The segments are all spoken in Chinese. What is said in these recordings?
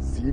時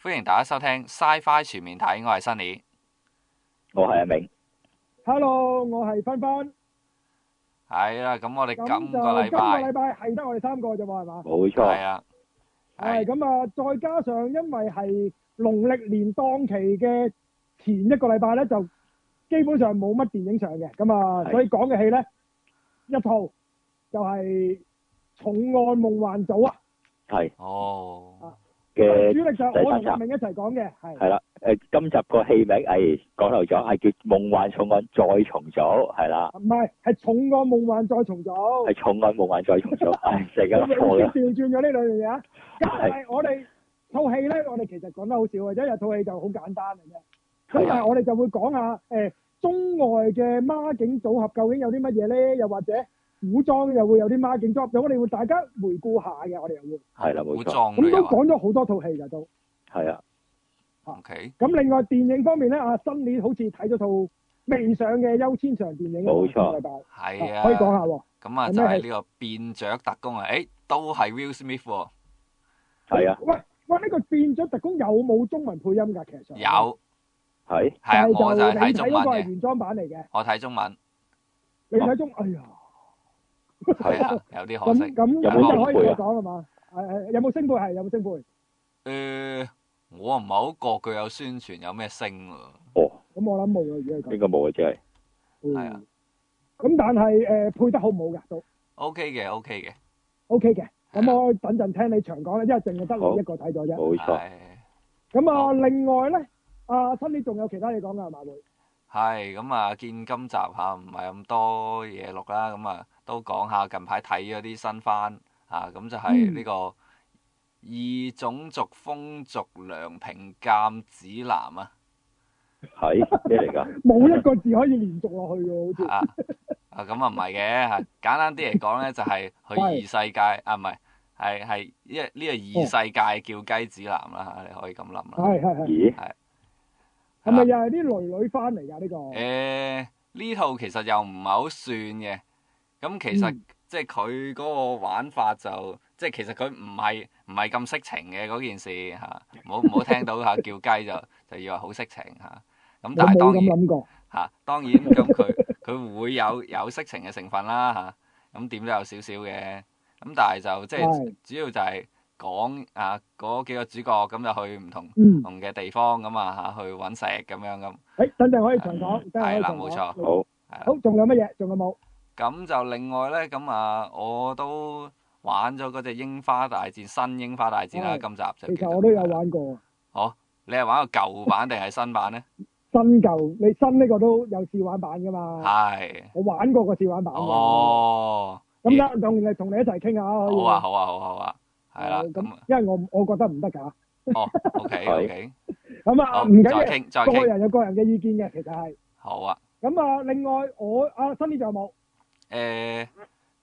歡迎大家收聽《Sci-Fi 全面睇》，我係 Sunny。我哦係阿啊明， Hello，我係芬芬。係啦，咁我哋咁今個就禮今個拜禮拜係得我哋三個啫嘛，係嘛？冇係錯，啊，係係咁啊，再加上因為係農曆年檔期嘅前一個禮拜咧，就基本上冇乜電影上嘅，咁啊，係所以講嘅戲咧，一套就係、重案夢幻組》啊，係哦，嘅主力就係我第三同集阿明一齊講嘅，係係啦。誒，今集個戲名係講漏咗，係叫《夢幻重案再重組》，係啦，唔係係《重案夢幻再重組係》重案夢幻再重 組，唉，成日咁都錯嘅，樣調轉咗呢兩樣嘢啊！咁但係係我哋套戲咧，我哋其實講得好少嘅，因為套戲就好簡單嘅啫。咁係但啊係我哋就會講下誒、中外嘅孖警組合究竟有啲乜嘢咧？又或者古裝又會有啲孖警組合，咁我哋會大家回顧下嘅，我哋又會係啦冇錯古裝咁旅都遊啊講咗好多套戲㗎都。係啊， ，OK，咁另外電影方面咧，阿新年好似睇咗套未上嘅優先場電影啊，冇錯上個禮拜係哦可以講啊，下喎。咁啊係就咩係呢個變雀特工啊，誒，都係 Will Smith 哦喎，係啊，喂喂，呢、個變咗特工有冇中文配音㗎？其實上有，係係啊，但我就係睇你中睇文嗰個係嘅，原裝版嚟嘅，我睇中文，你睇中，哎呀，係係啊，啊，有啲可咁惜，咁有冇咁就可聲以配再啊講啦嘛。係係有冇星配係有冇星配？誒，我唔係好覺佢有宣傳有咩星喎，哦，咁我諗冇啦，如果係咁應。該冇啊，真係，係啊嗯。咁但係誒、呃配得好唔好㗎都 OK 嘅，OK 嘅， OK 嘅。係啊咁我等陣聽你長講啦，因為淨係得你一個睇咗啫。冇錯，係。咁好啊，另外咧，阿新你仲有其他嘢講啊㗎係嘛會？係咁啊，見今集嚇唔係咁多嘢錄啦，咁啊都講下近排睇咗啲新番啊，咁就係呢個《異種族風俗良評鑑指南》啊，係咩嚟 㗎？冇一個字可以連續落去㗎，好似。啊啊咁啊唔係嘅嚇，簡單啲嚟講咧就係去異世界啊，唔係係係呢呢個異世界叫雞指南啦嚇，你可以咁諗啦。係係係。咦，係咪又係啲女女翻嚟㗎呢個？誒呢套其實又唔係好算嘅，咁其實、嗯即係佢嗰個玩法就即係其實佢唔係唔係咁色情嘅嗰件事嚇，唔好唔好聽到嚇叫雞就就以為好色情嚇，咁但我係當冇咁啊然諗過。嚇當然咁佢佢會有有色情嘅成分啦嚇，咁點都有少少嘅，咁但係就即係係主要就係講啊嗰幾個主角咁就去唔同唔嗯。同嘅地方咁啊嚇去揾食咁樣咁。誒，等陣可以長講，等陣可係以啦長講。冇錯你好，係啦好，仲有乜嘢？仲有冇？咁就另外咧，咁啊，我都玩咗嗰只櫻花大戰、新櫻花大戰啦。係今集就其叫實做我都有。玩過，你係玩個舊版定係新版 咧？新舊你新呢個都有試玩版噶嘛？係。我玩過個試玩版嘅。哦。咁得，當然係同你一齊傾下可以。好啊，好啊，好啊，好啊。係啦。咁誒咁啊，因為我我覺得唔得㗎。哦，OK，OK。 咁好，啊，唔再緊要，傾，再個傾。人有個人嘅意見嘅，其實係。好啊。咁啊，另外我啊，新呢仲有冇？誒，睇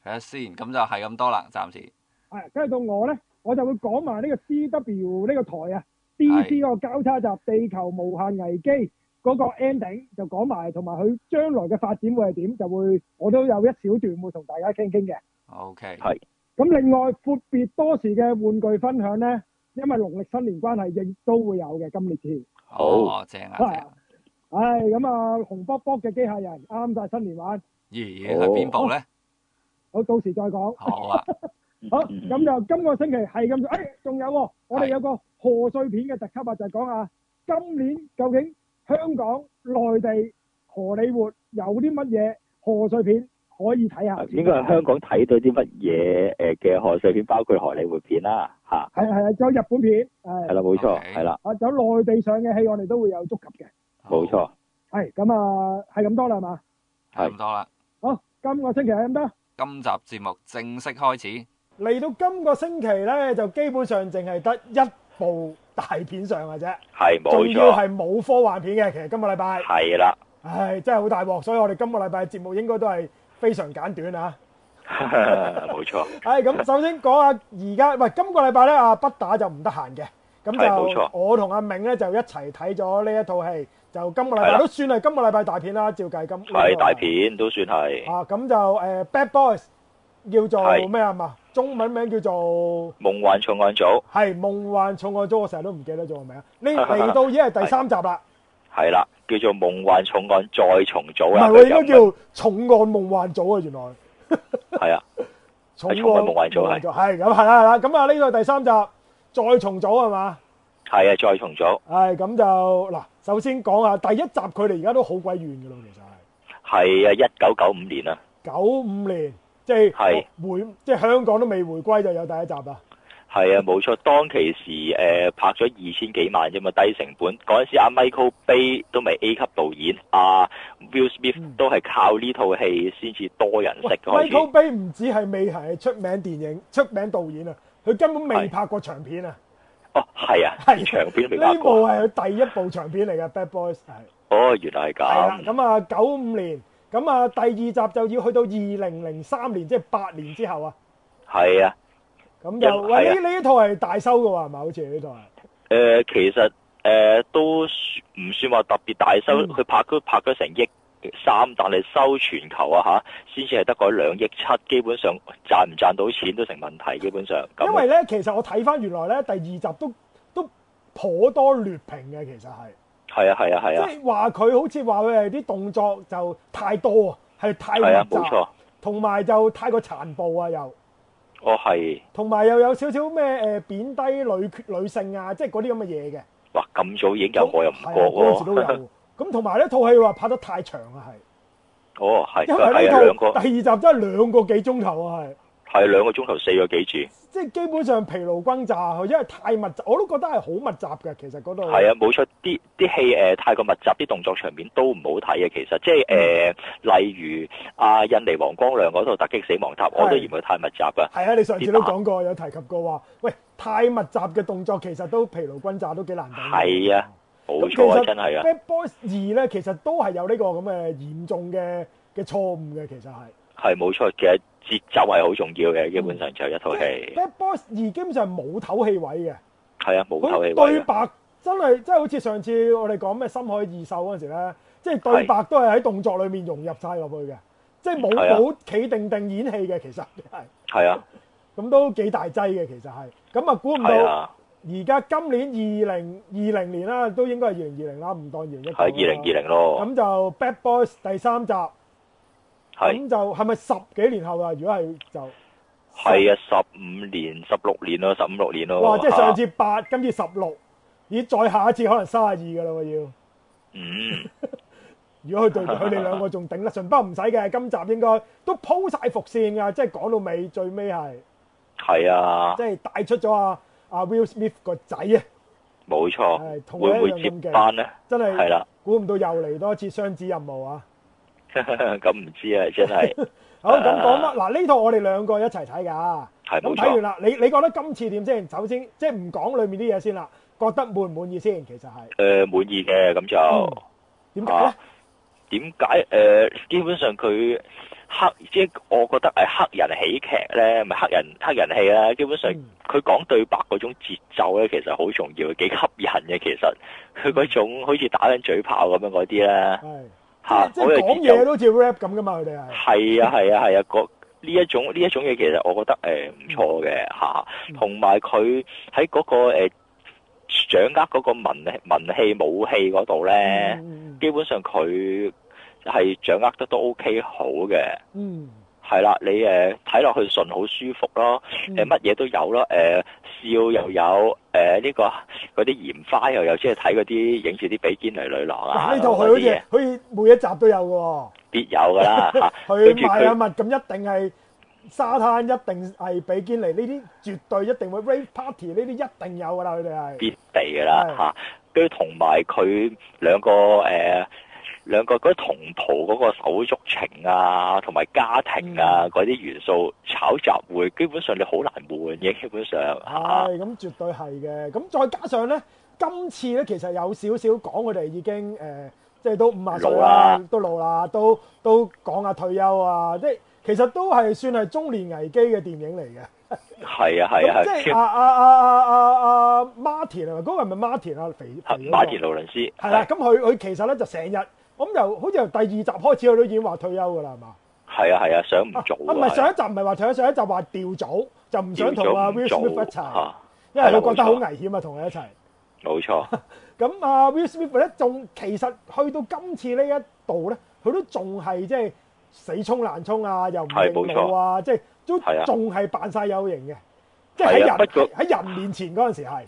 下先。咁就係咁多啦，暫時。係，跟住到我咧，我就會講埋呢個 CW 呢個台啊，DC 嗰個交叉集《地球無限危機》嗰個 ending 就講埋，同埋佢將來嘅發展會係點，就會我都有一小段會同大家傾傾嘅。 OK。係咁另外闊別多時嘅玩具分享咧，因為農曆新年關係，亦都會有嘅今年次。好哦，正啊，正係啊啊。唉，咁啊，紅卜卜嘅機械人啱晒新年玩，咦，好去邊部咧？我到時再講。好啊。好，咁就今個星期係咁多。誒，仲有喎，我哋有個賀歲片嘅特輯啊，就係講下今年究竟香港、內地、荷里活有啲乜嘢賀歲片可以睇下？ 啊應該係香港睇到啲乜嘢誒嘅賀歲片，包括荷里活片啦，嚇，係係啊，仲有日本片，係係啦，冇錯， OK 係啦，啊，有內地上嘅戲，我哋都會有觸及嘅。冇錯，係咁啊，係咁多啦，係嘛？好。係咁多啦。好，今個星期係咁多。今集節目正式開始。嚟到今個星期咧，就基本上淨係得一部大片上嘅啫，係冇仲要錯，係冇科幻片嘅。其實今個禮拜，係 啦，唉，真係好大鑊，所以我哋今個禮拜嘅節目應該都係非常簡短啊。 冇錯，唉，咁首先講下而家，喂，今個禮拜咧，阿北打就唔得閒嘅，咁係冇就錯我同阿銘咧就一齊睇咗呢一套戲，就今個禮係拜啦都算係今個禮拜大片啦，照計咁。係大。片都算係啊，咁就誒 Bad Boys 叫做係咩啊嘛？中文名叫做。夢幻重案組，係《夢幻重愛組》，我成日都唔記得咗個名。 呢嚟到已經係第三集啦，係啦，叫做夢幻重案再重唔組啦，係喎，佢就唔應該係叫重案夢幻組啊，原來係啊，重案重案夢幻組夢係咁係啦係啦，咁啊呢個第三集再重組係嘛？係啊，再重組，係咁就嗱，首先講下第一集，佢哋而家都好鬼遠噶啦，其係啊，一九九五年啊，實係九五年，即係係回即係香港都未回歸就有第一集啦。係啊，冇錯，當其時誒、呃拍咗二千幾萬啫嘛，低成本。嗰陣時阿 Michael Bay 都未 A 級導演，阿、Will 嗯 Smith 都係靠呢套戲先至多人識喂嘅開始。 Michael Bay 唔止係未係出名電影、出名導演啊，佢根本未係拍過長片啊。哦，係啊，係長片未拍呢部啊過。係佢第一部長片嚟嘅《Bad Boys》係哦，原來係係啦，咁。咁啊九五年，咁啊第二集就要去到二零零三年，即係八年之後啊，係啊，咁就因為喂係啊啊呢呢套係大收嘅喎，係咪？好似呢套係誒、其實誒、呃都算唔算話特別大收，嗯佢、拍都拍咗成億三，但係收全球啊吓，先至係得嗰兩億七，基本上賺唔賺到錢都成問題，基本上咁。因為咧其實我睇翻原來咧第二集都都頗多劣評嘅，其實係係啊，係啊，係啊，即係話佢好似話佢係啲動作就太多啊，係太係啊複，冇雜錯，。同埋就太過殘暴啊又。哦，係。同埋又有少少咩誒貶低女女性啊，即係嗰啲咁嘅嘢嘅。哇！咁早已經有，我又唔覺啊嗰陣時都喎。 有。咁同埋呢套戲話拍得太長啊，係，哦，係，因為係啊，呢兩個套第二集真係兩個幾鐘頭啊，係，係兩個鐘頭四個幾字，即係基本上疲勞轟炸啊，因為太密集，我都覺得係好密集嘅，其實嗰度。係啊，冇錯。啲啲戲誒太過密集，啲動作場面都唔好睇嘅。啊其實即嗯係誒，例如阿印尼黃光亮嗰套《突擊死亡塔》，我都係嫌佢太密集㗎。係啊，你上次都講過，有提及過話，喂，太密集嘅動作其實都疲勞轟炸都幾難頂。係啊，冇嗯咁其錯啊，實真係啊， Bad Boys 二咧，其實都係有呢個咁嘅嚴重嘅嘅錯誤嘅，其實係。係冇錯。其實節奏係好重要嗯嘅，基本上就一套戲 Bad Boys 二基本上冇唞氣位嘅，係啊，冇透戲佢位對啊，白真係真係好似上次我哋講咩深海二獸嗰陣時咧，即係對白都係喺動作裏面融入晒落去嘅，即係冇係啊冇企定定演戲嘅，其實係係啊，咁都幾大劑嘅，其實係咁啊，估唔係到啊，而家今年二零二零年啦，都應該係二零二零啦，唔當二零一係二零二零咯，咁就 Bad Boys 第三集，係。咁就係咪十幾年後啊？如果係就係啊，十五年、十六年咯，十五六年咯。哇！即係哦嚇上次八，今次十六，咦？再下一次可能三廿二噶啦喎要。嗯，如果佢對佢哋兩個仲頂得順，不過唔使嘅。今集應該都鋪晒伏線㗎，即係講到尾最尾係係啊即，係帶出咗阿阿 Will Smith 個仔啊，冇錯係，同會唔一樣會接咁嘅班咧？真係係啦，估唔到又嚟多次雙子任務啊！ 咁唔知啊，真 係好咁講乜嗱？呢套我哋兩個一齊係睇㗎，咁啊冇睇完錯。啦，你你覺得今次點先？首先即係唔講裡面啲嘢先啦，覺得滿唔滿意先？其實係誒滿意嘅咁就嗯點解咧？啊點解誒？基本上佢黑，即係我覺得係黑人喜劇咧，咪黑人黑人戲啦。基本上嗯佢講對白嗰種節奏咧，其實好重要，幾吸引嘅。其實佢嗰種好似打緊嘴炮咁樣嗰啲咧，係嚇即好係有講節奏嘢都好似 rap 咁㗎嘛，佢哋係。係啊係啊係啊，嗰呢一種呢一種嘢其實我覺得誒唔錯嗯嘅嚇，同埋佢喺嗰個、呃、掌握嗰個文文氣武器嗰度咧，嗯基本上佢係掌握得都 OK 好嘅，嗯係啦，你誒睇落去順好舒服咯，嗯誒乜嘢都有咯，誒、笑又有，誒、呢、個嗰啲鹽花又有，即係睇嗰啲影住啲比堅尼女郎啊，呢套嗰佢好啲似嘢好似每一集都有嘅必有㗎 啦嚇，喎，跟去住賣佢下物咁一定係沙灘，一定係比堅尼呢啲，絕對一定會 rave party 呢啲一定有㗎 啦，佢哋係必地㗎啦係嚇。跟住同埋佢兩個誒、呃兩個嗰啲同袍嗰個手足情啊，同埋家庭嗯啊嗰啲元素炒集會，基本上你好難換嘅，基本上嚇。係，咁絕對係嘅。咁再加上咧，今次咧其實有少少講佢哋已經誒、呃即係都五啊歲老啦啦，都老啦，都都講下退休啊，即係其實都係算係中年危機嘅電影嚟嘅。係啊係啊咁即係係啊啊。啊啊啊啊 Martin 啊，嗰個係咪 Martin 啊？肥肥嗰個馬田勞倫斯係啦，咁佢佢其實咧就成日咁由好似由第二集開始，佢都已經話退休㗎啦，係嘛？係啊係啊，想唔啊做啊唔啊係上一集唔係話退休，上一集話調組，就唔想同阿要 Will 做 Smith 唔一做齊，嚇，因為係啦佢覺得好冇危錯險啊，同佢一齊。冇錯。咁啊 Will Smith 咧，仲其實去到今次呢一度咧，佢都仲係即係死衝爛衝啊，又唔係認冇老啊，即係都係啊仲係扮晒有型嘅，即係喺係啊不人過喺人面前嗰陣時係。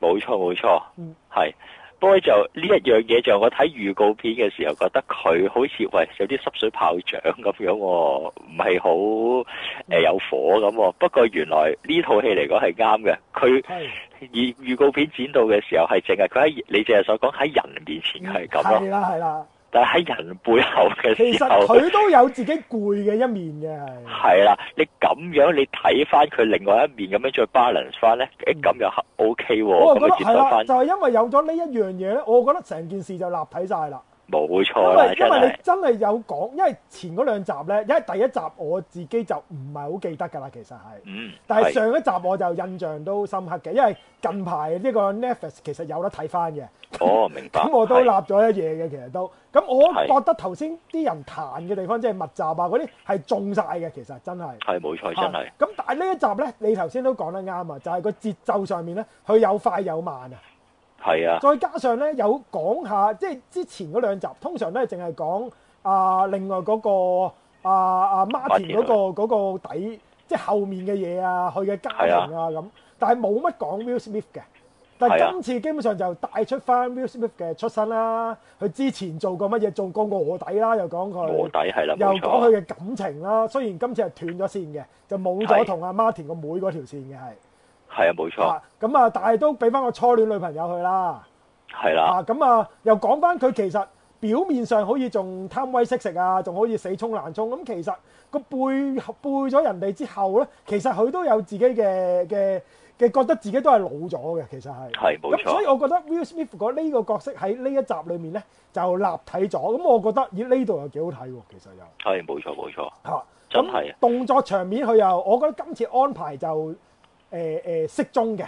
冇錯冇錯嗯，係。不過就呢一樣嘢就我睇預告片嘅時候覺得佢好似喂有啲濕水炮仗咁樣喎，唔係好嗯誒有火咁喎。不過原來呢套戲嚟講係啱嘅，佢係預預告片剪到嘅時候係淨係佢喺你淨係所講喺人面前係咁嗯係咯，啦係啦，但係喺人背後嘅其時實候。佢都有自己攰嘅一面嘅，係係啦，你咁樣你睇翻佢另外一面咁樣再 balance 翻咧，誒咁又合 OK 喎，嗯我咁就覺得咪接係受啦，翻就，係因為有咗呢一樣嘢咧，我覺得成件事就立體晒啦。冇因錯啦為，真因為係你。真係有講，因為前嗰兩集咧，因為第一集我自己就唔係好記得㗎啦，其實係。嗯，但係係上一集我就印象都深刻嘅，因為近排呢個 Netflix 其實有得睇翻嘅，哦，明白。咁我都係立咗一嘢嘅，其實都。咁我係覺得頭先啲人彈嘅地方，即係密集啊嗰啲係中晒嘅，其實真係。係冇錯，真係啊咁但係呢一集咧，你頭先都講得啱啊，就係、個節奏上面咧，佢有快有慢啊。係啊，再加上咧有講下，即係之前嗰兩集通常都係淨係講啊另外嗰、個啊啊 Martin Martin 嗰、個嗰個底，即係後面嘅嘢啊，佢嘅家庭啊咁，但係冇乜講 Will Smith 嘅。但係係啊今次基本上就帶出翻 Will Smith 嘅出身啦，佢之前做過乜嘢，做過卧底啦，又講佢。卧底係啦，又冇講錯，佢嘅感情啦，雖然今次係斷咗線嘅，就冇咗係同阿 Martin 個妹嗰條線嘅係，係啊，冇錯啊，咁啊，但係都俾翻個初戀女朋友佢啦，係啦，啊，咁啊，又講翻佢其實表面上好似仲貪威識食啊，仲好似死衝爛衝，咁其實個背後背咗人哋之後咧，其實佢都有自己嘅嘅嘅覺得自己都係老咗嘅，其實係。係冇咁所以錯，我覺得 Will Smith 嗰呢個角色喺呢一集裏面咧就立體咗，咁我覺得咦呢度又幾好睇喎，其實又。係冇錯冇錯，嚇，真係啊咁動作場面佢又，我覺得今次安排就誒誒適中嘅，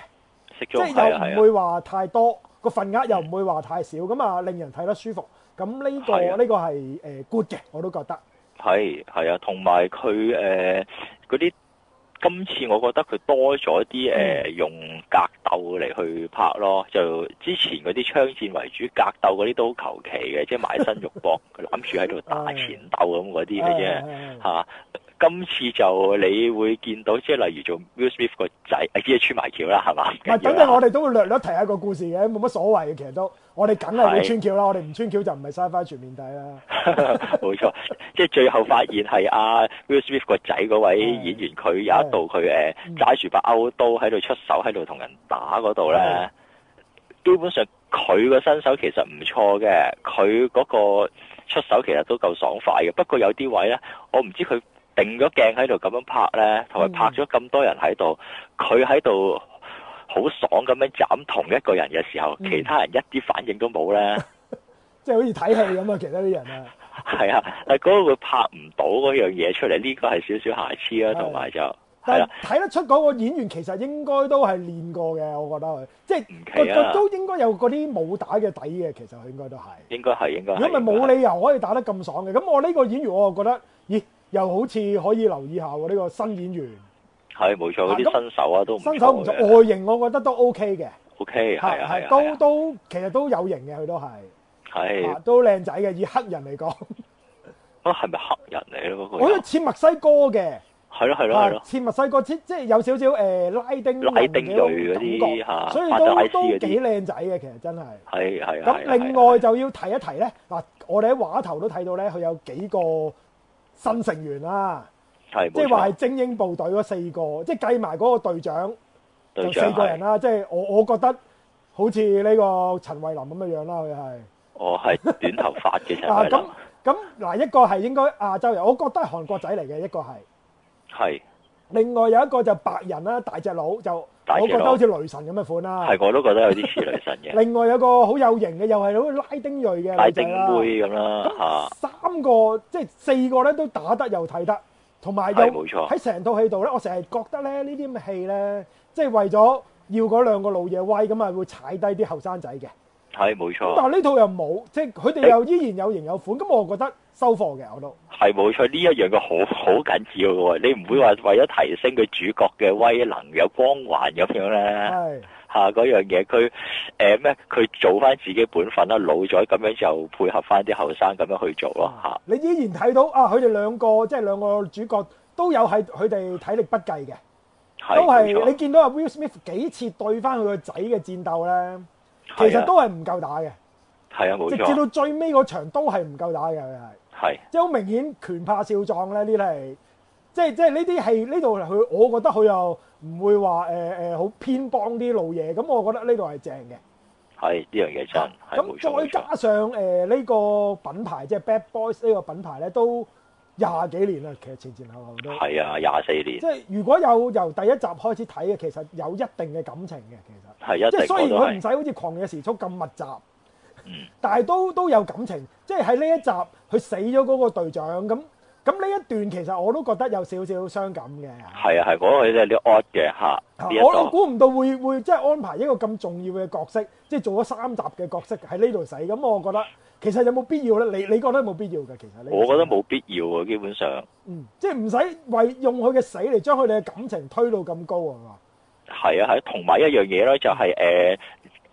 識即咗係啊係係又唔啊，會話太多，個份額又唔會話太少，咁啊令人睇得舒服。咁呢個係啊呢個係誒 good 嘅，我都覺得係係啊，同埋佢誒嗰啲。今次我覺得佢多咗啲誒嗯用格鬥嚟去拍咯，就之前嗰啲槍戰為主，格鬥嗰啲都好求其嘅，即係埋身肉搏，攬住喺度 打係前鬥咁嗰啲嘅啫。誒啊嚇、今次就你會見到，即係例如做 Will Smith 個仔，啊只係穿埋橋啦，係嘛？唔啊唔係等陣，我哋都會略略提下個故事嘅，冇乜所謂嘅，其實都我哋梗係會係穿橋啦，我哋唔穿橋就唔係 sci-fi 全面睇 啦。冇錯，即係最後發現係阿 Will Smith 個仔嗰位係演員，佢有一度佢嗯誒揸住把歐刀喺度出手，喺度同人打嗰度咧，基本上佢個身手其實唔錯嘅，佢嗰個出手其實都夠爽快嘅。不過有啲位咧，我唔知佢定咗鏡喺度咁樣拍咧，同埋嗯拍咗咁多人喺度，佢喺度。好爽咁樣斬同一個人嘅時候，嗯其他人一啲反應都冇咧。即係好似睇戲咁啊！其他啲人啊，係啊，但係嗰個拍唔到嗰樣嘢出嚟，呢、個係少少瑕疵啦，係同埋就係但係啦，睇得出嗰個演員其實應該都係練過嘅，我覺得佢即係唔個奇個啊，都應該有嗰啲武打嘅底嘅，其實佢應該都係。應該係應該係。如果咪應該冇係理由可以打得咁爽嘅，咁我呢個演員我就覺得，咦，又好似可以留意下喎呢、個新演員，係冇錯，嗰啊咁啲新手啊都唔身手唔錯，錯嘅外形我覺得都 OK 嘅， ，OK 係啊係啊，都都其實都有型嘅，佢都係，係啊都靚仔嘅，以黑 人嚟講，啊係咪黑人嚟咯嗰個我覺得人？似墨西哥嘅，係咯係咯係啊咯，似墨西哥，即即係有少少誒拉丁拉丁裔嗰人嘅感啲覺，嚇，所以巴特拉斯都嗰都幾啲靚仔嘅，其實真係。係係啊。咁另外就要提一提咧，嗱，我哋喺畫頭都睇到咧，佢有幾個新成員啦，係即冇係話係錯，精英部隊嗰四個，即係計埋嗰個隊長就隊四長個人係啦。即係我我覺得好似呢個陳慧琳咁嘅樣啦，佢係我哦係 短頭髮嘅陳啊慧咁琳，咁嗱，一個係應該亞洲人，我覺得係韓國仔嚟嘅一個係，係另外有一個就白人啦，大隻佬就大隻佬我覺得好似雷神咁嘅款啦。係我都覺得有啲似女神 嘅另外有個好有型嘅，又係好似拉丁裔嘅大女仔丁啦。妹咁啦嚇。三個即係四個咧都打得又睇得，同埋又係冇錯喺成套戲度咧，我成日覺得咧呢啲咁嘅戲咧，即係為咗要嗰兩個老嘢威咁啊，會踩低啲後生仔嘅。係冇咁錯但，係呢套又冇，即係佢哋又依然有型有款，咁我覺得收貨嘅 我都。係冇錯，呢一樣嘢好好緊要嘅喎，你唔會話嗯為咗提升佢主角嘅威能有光環咁樣咧係嚇嗰樣嘢，佢誒咩？佢做翻自己本分啦，老咗咁樣就配合翻啲後生咁樣去做咯嚇。你依然睇到啊，佢哋兩個即係兩個主角都有係佢哋體力不計嘅，係都冇係錯你，見到阿 Will Smith 幾次對翻佢個仔嘅戰鬥咧，其係實啊都係唔夠打嘅，係啊冇直至錯，到最尾嗰場都係唔夠打嘅佢係。係即係好明顯拳怕少壯咧，呢啲係即係即係呢啲係呢度佢，我覺得佢又唔會話誒誒好偏幫啲老嘢，咁我覺得呢度係正嘅。係呢樣嘢真係冇錯咁再冇錯，加上誒呃呢、個品牌即係 Bad Boys 呢個品牌咧，都廿幾年啦，其實前前後後都。係啊廿四年即係如果有由第一集開始睇嘅，其實有一定嘅感情嘅，其實。係即係一定雖我然都佢唔係使好似《狂野時速》咁密集，嗯但係都都有感情。即係喺呢一集佢死咗嗰個隊長咁，咁呢一段其實我都覺得有少少傷感嘅。係啊係嗰個有啲 odd 嘅嚇呢一我我個估唔到會會即係安排一個咁重要嘅角色，即係做咗三集嘅角色喺呢度死。咁我覺得其實有冇必要咧？你你覺得有冇必要嘅？其實呢我覺得，冇必要啊，基本上。嗯，即係唔使為用佢嘅死嚟將佢哋嘅感情推到咁高啊係嘛。係啊，係啊同埋一樣嘢咧，就係、呃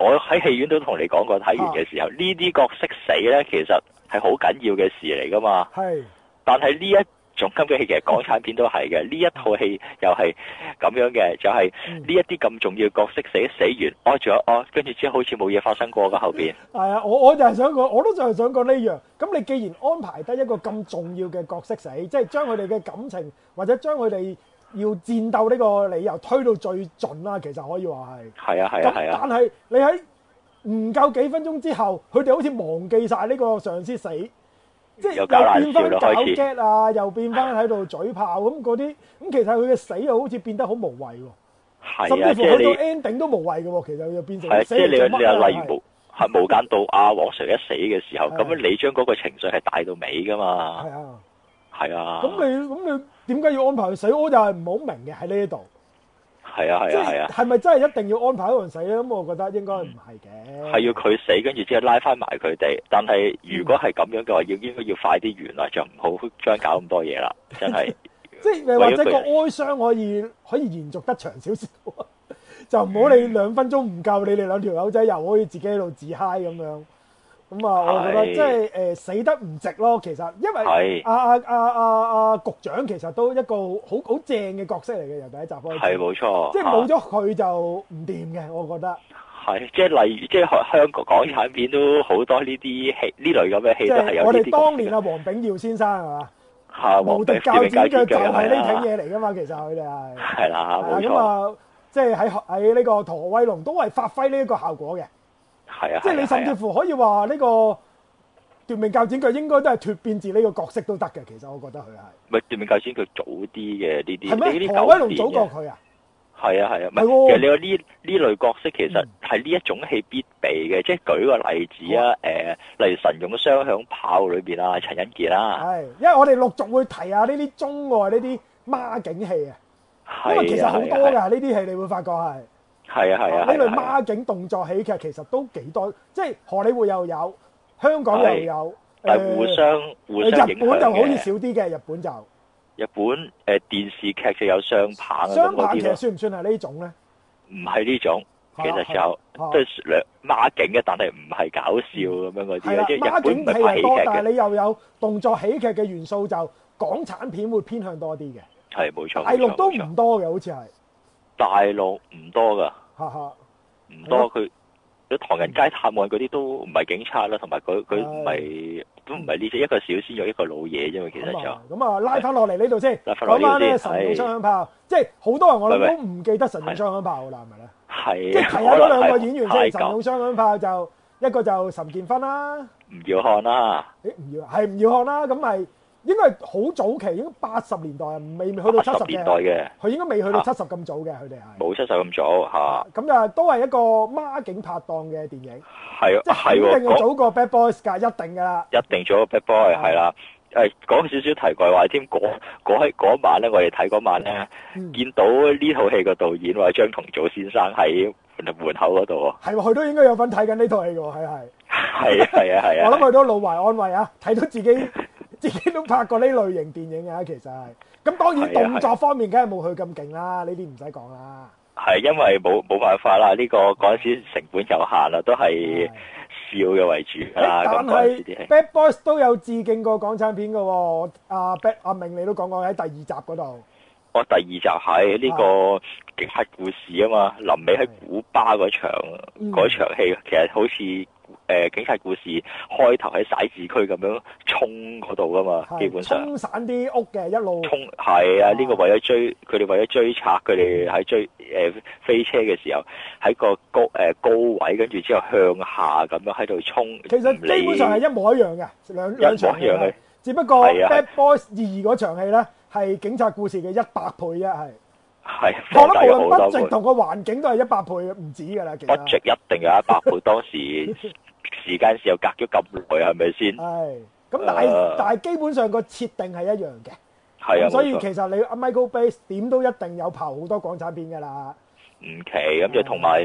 我喺戲院都同你講過，睇完嘅時哦候，呢啲角色死咧，其實係好緊要嘅事嚟噶嘛。係但係呢一種咁嘅戲，其實港產片都係嘅，呢一套戲又係咁樣嘅，就係嗯呢一啲咁重要嘅角色死死完，哦仲有哦，跟住之後好似冇嘢發生過㗎後邊。係啊，我我就係想講，我都就係想講呢樣。咁你既然安排得一個咁重要嘅角色死，即係將佢哋嘅感情或者將佢哋要戰鬥呢個理由推到最盡啦，其實可以話係。係啊係咁啊係啊，但係你喺唔夠幾分鐘之後，佢哋好似忘記晒呢個上司死，即係又又搞冷變笑翻啦搞開始 get 啊，又變翻喺度嘴炮咁嗰啲。咁其實佢嘅死又好似變得好無謂喎，甚係啊，即至乎係去到你 ending 都無謂嘅喎，其實又變成係啊死即係嚟你做你乜啊又例係如無係無間道啊，黃 Sir 一死嘅時候，係咁樣你將嗰個情緒係帶到尾㗎嘛。係啊。係啊。咁你咁你點解要安排佢死？我就係唔好明嘅喺呢一度，係啊即係啊係係啊，係咪真係一定要安排一個人死咧？咁我覺得應該唔係嘅。係要啊佢死，跟住之後拉翻埋佢哋。但係如果係咁樣嘅話，要應該要快啲完啦，就唔好將搞咁多嘢啦。真 係即係或者個哀傷可以可以延續得長少少，啊 就唔好你嗯兩分鐘唔夠，你哋兩條友仔又可以自己喺度自嗨咁樣。咁啊，我覺得係即係誒、呃死得唔值咯，其實因為係阿阿阿阿阿局長其實都一個好好正嘅角色嚟嘅，由第一集開係始，冇錯，即係冇咗佢就唔掂嘅，我覺得。係即係例如即係香港港產片都好多呢啲戲，呢類咁嘅戲即都係係有我呢哋啲當年咁嘅。啊，黃炳耀先生係嘛，嚇，無黃敵帝教小主兵腳解就係係呢啦挺，嘢嚟噶嘛，其實佢哋係。係啦，冇咁錯，啊，即係喺喺呢個陀威龍都係發揮呢一個效果嘅，係啊，即係係你啊甚至係啊乎可以話呢個奪命教剪腳應該都係脱變自呢個角色都得嘅，其實我覺得佢係咪奪命教先佢早啲嘅呢啲，呢係啲咩？舊陀威龍片早嘅過佢啊，係啊係啊，唔係喎係其實你話呢呢類角色其實嗯係呢一種戲必備嘅，即係舉個例子啊，誒，例如神勇雙響炮裏邊啊，陳欣健啦，係，因為我哋陸續會提下呢啲中外呢啲孖景戲啊，因為其係實啊好多係㗎啊呢啲戲，你會發覺係。係啊係啊，呢類係啊孖景動作喜劇其實都幾多，即係荷里活又有，香港又有，但誒係互相互誒相日影本就好似響嘅。少啲嘅，日本就日本誒電視劇就有雙棒啊咁雙嗰啲棒其實咯，算唔算係呢種咧？唔係呢種，其係啦實就啊都係兩孖景嘅，但係唔係搞笑咁樣嗰嗯係啲啊咯，，啦即係孖日本唔景戲係拍喜係多，劇但嘅，係你又有動作喜劇嘅元素，就港產片會偏向多啲嘅，係冇錯。大陸都冇錯唔多嘅，好似係，大陸唔多㗎。哈哈。唔啊多，佢啲唐人街探案嗰啲都唔係警察啦，同埋佢哦佢唔係都唔係呢只一個小鮮肉一個老嘢啫嘛，其實咁啊就，咁啊，拉翻落嚟呢度先，拉返落講呢度翻咧先神勇係雙響炮，即係好多人我喂諗喂都唔記得神勇雙響炮㗎啦，係咪咧？即啊係啊係提下嗰可兩個能係演員太先，神舊勇雙響炮就一個就岑建芬啦。唔要看啦，誒唔要係唔要看啦，咁咪應該係好早期，應該八十年代啊，未未去到八七十十年代嘅，嘅佢應該未去到啊七十咁早嘅，佢哋係。冇出手咁早吓，咁就都係一個孖景拍檔嘅電影，係啊即係係喎肯定係講早啊過 Bad Boys 㗎，一定㗎啦。一定做咗 bad boy 係啦。誒講少少題外話添，嗰嗰嗰晚咧，我哋睇嗰晚咧，嗯見到呢套戲嘅導演話張同祖先生喺門門口嗰度係喎，佢都應該有份睇緊呢套戲㗎喎，係喎，係。係啊係啊係啊，我諗佢都老懷安慰啊，睇到自己 自己都拍過呢類型電影啊，其實係。咁當然係啊係啊動作方面梗係冇佢咁勁啦，呢啲唔使講啦。係因為冇冇辦法啦，呢、個嗰陣時成本有限啦，都係笑嘅為主啦。啊咁嗯但嗰陣時啲係戲 Bad Boys 都有致敬過港產片嘅喎，阿 b 阿明你都講過喺第二集嗰度，我第二集喺呢啊個警察故事啊嘛，臨尾喺古巴嗰場嗯嗰、場戲，其實好似誒、呃警察故事開頭喺徙置區咁樣衝嗰度噶嘛，係基本上。沖散啲屋嘅一路，衝係啊！啊呢、個為咗追佢哋為咗追賊，佢哋喺追誒、呃、飛車嘅時候，喺個高誒、呃高位，跟住之後向下咁樣喺度衝。其實唔理基本上係一模一樣嘅兩兩場戲一模一樣嘅係，只不過係啊 Bad Boys 二嗰場戲咧係警察故事嘅一百倍啫，係係我放大諗咗無論好多筆值倍同個環境都係一百倍嘅，唔止㗎啦，其實 budget 一定有一百倍。 當時時間時又隔咗咁耐，係咪先？係咁，但係誒但係基本上個設定係一樣嘅。啊係啊，咁所以冇錯其實你阿 Michael Bay 點都一定有拍好多港產片㗎啦。唔奇咁就同埋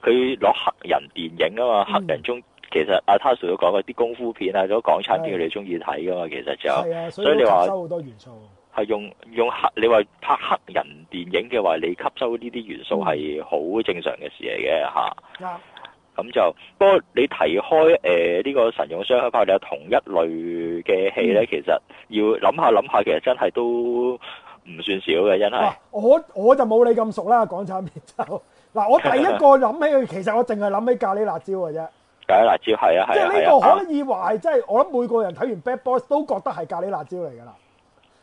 黑佢攞黑人電影啊嘛，嗯黑人中其實阿 Tasso 都講嗰啲功夫片啊，嗰啲港產片係佢哋中意睇噶嘛，其實就係啊，所所以以你都話吸收好多元素。係用用黑你話拍黑人電影嘅話，你吸收呢啲元素嗯係好正常嘅事嚟嘅嚇。啱，咁就不過你提開誒呢、個神勇雙響炮，你有同一類嘅戲嗯咧，其實要諗下諗下，其實真係都唔算少嘅，真係嗱，我我就冇你咁熟啦，港產片就 嗱，我第一個諗起佢，其實我淨係諗起咖喱辣椒嘅啫，解辣椒係啊即係啊係係呢個啊可以話係即係我諗每個人睇完 Bad Boys 都覺得係咖喱辣椒嚟㗎啦。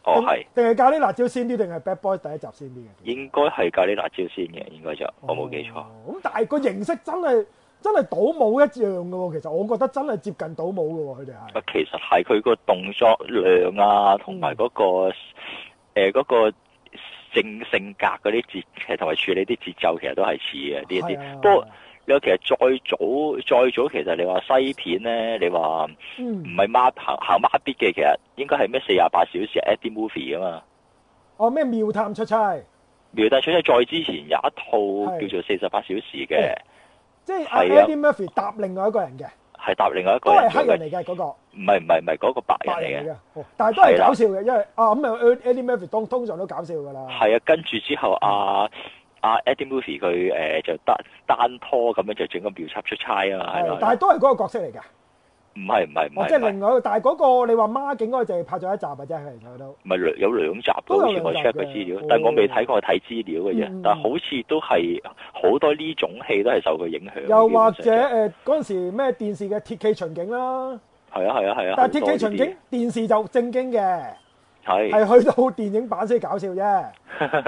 哦定係定係咖喱辣椒先啲，定係 Bad Boys 第一集先啲嘅？應該係咖喱辣椒先嘅，應該就我冇記錯哦。。咁但係個形式真係真係倒模一樣嘅喎，其實我覺得真係接近倒模嘅喎，佢哋係。其實係佢個動作量啊，同嗯埋嗰個誒嗰、個性性格嗰啲節，其實同埋處理啲節奏，其實都係似嘅呢一係啲。啊不過你話其實再早再早，其實你話西片咧，你話嗯唔係孖行行孖必嘅，其實應該係咩四廿八小時 a d d i movie 啊嘛。哦咩妙探出差，苗大出咗再之前有一套係哦叫做四十八小時嘅，即係阿係啊 Eddie Murphy 搭另外一個人嘅，係搭另外一都個人係做黑人嘅，嚟嘅嗰個唔係唔係唔係嗰個白人白嚟嘅人嚟。嘅，哦但係都係係啦搞笑嘅，因為啊咁啊 Eddie Murphy 當通常都搞笑㗎啦。係啊，跟住之後嗯阿阿 Eddie Murphy 佢誒就單單拖咁樣就整個秒插出差啊嘛，係係咪但係都係嗰個角色嚟㗎，唔係唔係唔哦即係係另外一個，但係嗰個你話孖景嗰個淨係拍咗一集嘅啫，其實都唔係兩有兩集都有嘅，好似我兩 check 集過嘅資料哦，但係我未睇過，我睇資料嘅嗯嗯啫。但係好似都係好多呢種戲都係受佢影響嘅。又或基者本上誒嗰陣時咩電視嘅鐵騎巡警啦。係啊係啊係啊，但係好多鐵呢啲騎巡警電視就正經嘅，係係去到電影版先搞笑 啫，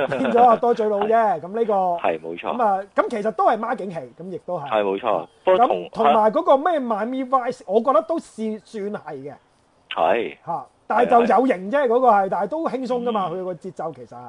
變咗啊多嘴佬啫。咁呢個係冇咁錯，啊，咁其實都係孖景戲，咁亦都係係。冇錯。不過同啊咁同埋嗰個咩 Miami Vice，我覺得都是算係嘅係啊嗯嚇，但係就有型啫，嗰個係，但係都輕鬆噶嘛，佢個節奏其實係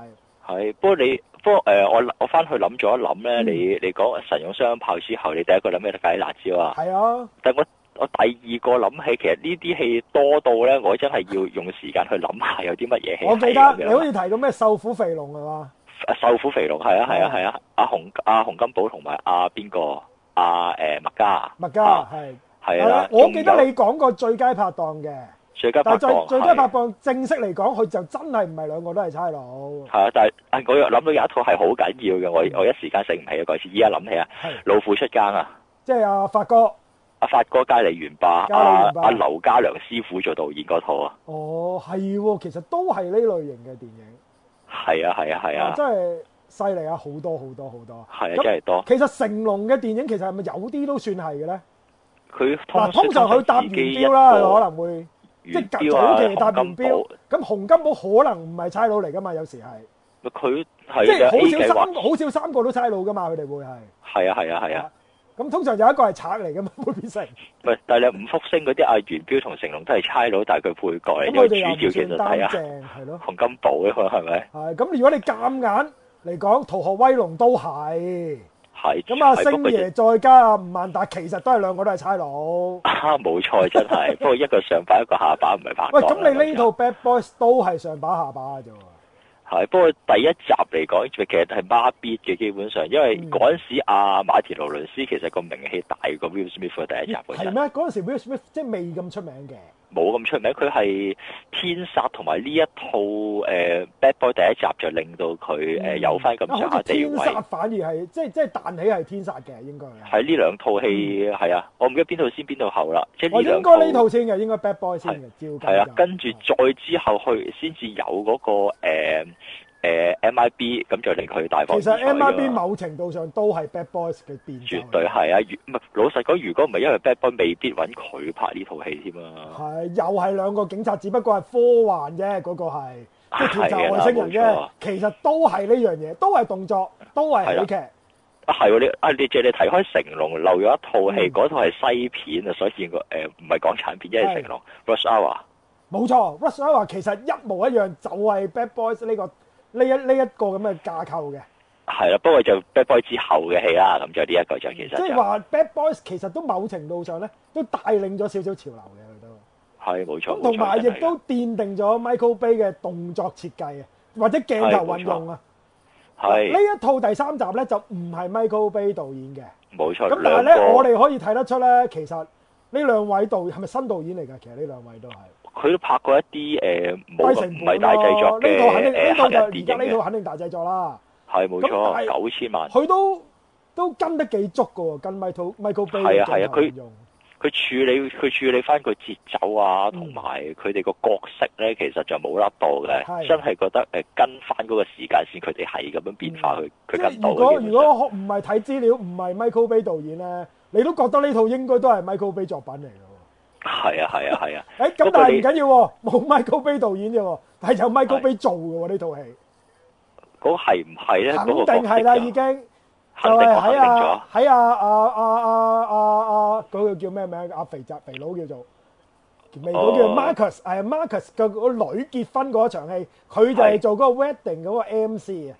係。不過你不過誒，我我翻去諗咗一諗咧，嗯你你講神勇雙炮之後，你第一個諗咩？梗係辣椒啊！係啊，但我我第二個諗起，其實呢啲戲多到咧，我真係要用時間去諗下有啲乜嘢戲睇我記咁得樣你好似提到咩瘦虎肥龍係嘛？啊瘦虎肥龍係啊嗯係啊係啊，阿洪阿洪金寶同埋阿邊個阿誒麥嘉麥嘉啊係係係啦啊，，我記仲有得你講過最佳拍檔嘅，最佳拍但係檔最最佳拍係檔正式嚟講，佢就真係唔係兩個都係差佬。係啊，但係啊我又諗到有一套係好緊要嘅，嗯我我一時間醒唔起啊嗰次，依家諗起啊係老虎出更啊！即係阿發哥，阿發哥佳利元霸，佳利阿元霸阿劉家良師傅做導演嗰套啊，哦係喎，其實都係呢類型嘅電影，係啊係啊係哇啊，哦真係犀利啊，好多好多好多。係啊咁真係多。其實成龍嘅電影其實係咪有啲都算係嘅咧？佢嗱，通常佢搭自元己標啦，一個可能會即元係彪啊早期搭洪金元寶標，咁洪金寶可能唔係差佬嚟噶嘛，有時係佢即係啊有係 A 計好少劃三，好少三個都差佬噶嘛，佢哋會係。係啊係啊係啊，咁通常有一個係賊嚟嘅嘛，會變成喂，但係你五福星嗰啲阿元彪同成龍都係差佬，但係佢配角嚟，咁因為佢主角哋其又唔算實係擔啊正，係咯。洪金寶啊嘛，係咪？係咁，如果你夾硬嚟講，《逃學威龍》都係。係咁啊，係不星過就爺再加啊吳萬達，其實都係兩個都係差佬。啊，冇錯，真 係。不過一個上把，一個下把，唔係拍檔啊喂，啦咁你呢講套 Bad Boys 都係上把下把嘅啫喎。係，不過第一集嚟講，其實係孖 beat 嘅基本上，因為嗯嗰陣時阿馬田勞倫斯其實個名氣大過 Will Smith 嘅第一集咦嗰係陣，咩？嗰陣時 Will Smith 即係未咁出名嘅。冇咁出名。佢係天煞同埋呢一套誒、呃 Bad Boy 第一集就令到佢誒、呃有翻咁上啊好下似地天位。殺反而係即係即係彈起係天殺嘅，應該係。喺呢兩套戲係啊，我唔記得邊套先邊套後啦，即係我呢嗯哦兩應該呢套先嘅，應該 Bad Boy 先嘅，照計就。哦係啦，跟住再之後去先至有嗰、個誒、呃呃 MIB，咁就令佢大放異其實彩㗎嘛 MIB 某程度上都係 Bad Boys 嘅變奏嚟絕對係啊！如唔係老實講，如果唔係因為 Bad Boy，未必揾佢拍呢套戲添啊！係又係兩個警察，只不過係科幻啫，嗰、個係啊即係調查係外星人啊冇錯啫。其實都係呢樣嘢，都係動作，都係喜劇。啊係喎，你啊你借你睇開成龍漏咗一套戲，嗯嗰、套係西片啊，所以個誒唔係港產片，因為係成龍 Rush Hour 冇錯，Rush Hour 其實一模一樣，就係、Bad Boys 呢、個呢一呢一個咁嘅架構嘅。係啦，不過就 Bad Boy 之後嘅戲啦，咁就呢一個就其實即係就話 Bad Boys 其實都某程度上咧，都帶領咗少少潮流嘅佢都，係冇錯，冇咁錯同埋亦真係都奠定咗 Michael Bay 嘅動作設計啊，或者鏡頭運用啊。係呢一套第三集咧就唔係 Michael Bay 導演嘅，冇錯。咁但係哦兩個咧我哋可以睇得出咧，其實呢兩位導係咪新導演嚟㗎？其實呢兩位都係佢都拍過一啲誒冇低咁成唔本係大製咯。作呢嘅套肯定呢誒套黑就人而家電呢影套嘅，啊肯定大製作啦。係冇咁但錯，係九千萬。佢都都跟得幾足㗎喎，跟 Michael Michael Bay 係啊係啊嘅鏡頭運佢用。佢處理佢處理翻個節奏啊，嗯同埋佢哋個角色咧，其實就冇甩到係嘅，真係覺得誒跟翻嗰個時間線，佢哋係咁樣變化，佢佢嗯即跟係到如果嘅。如基本上果唔係睇資料，唔係 Michael Bay 導演咧，你都覺得呢套應該都係 Michael Bay 作品嚟嘅係啊係啊係啊，喎。誒咁不過但係你唔緊要喎，冇 Michael Bay 導演啫喎，但係有係 Michael Bay 做嘅喎呢套戲，嗰個係唔係 咧？肯嗰個角色定係啦就已經。就肯定係我肯喺定咗啊。喺啊啊啊啊啊啊嗰個叫咩名？阿肥宅肥佬叫做。未嗰叫哦 Marcus，係啊 Marcus 個個女結婚嗰場戲，佢就係係做嗰個 wedding 嗰個 MC 啊，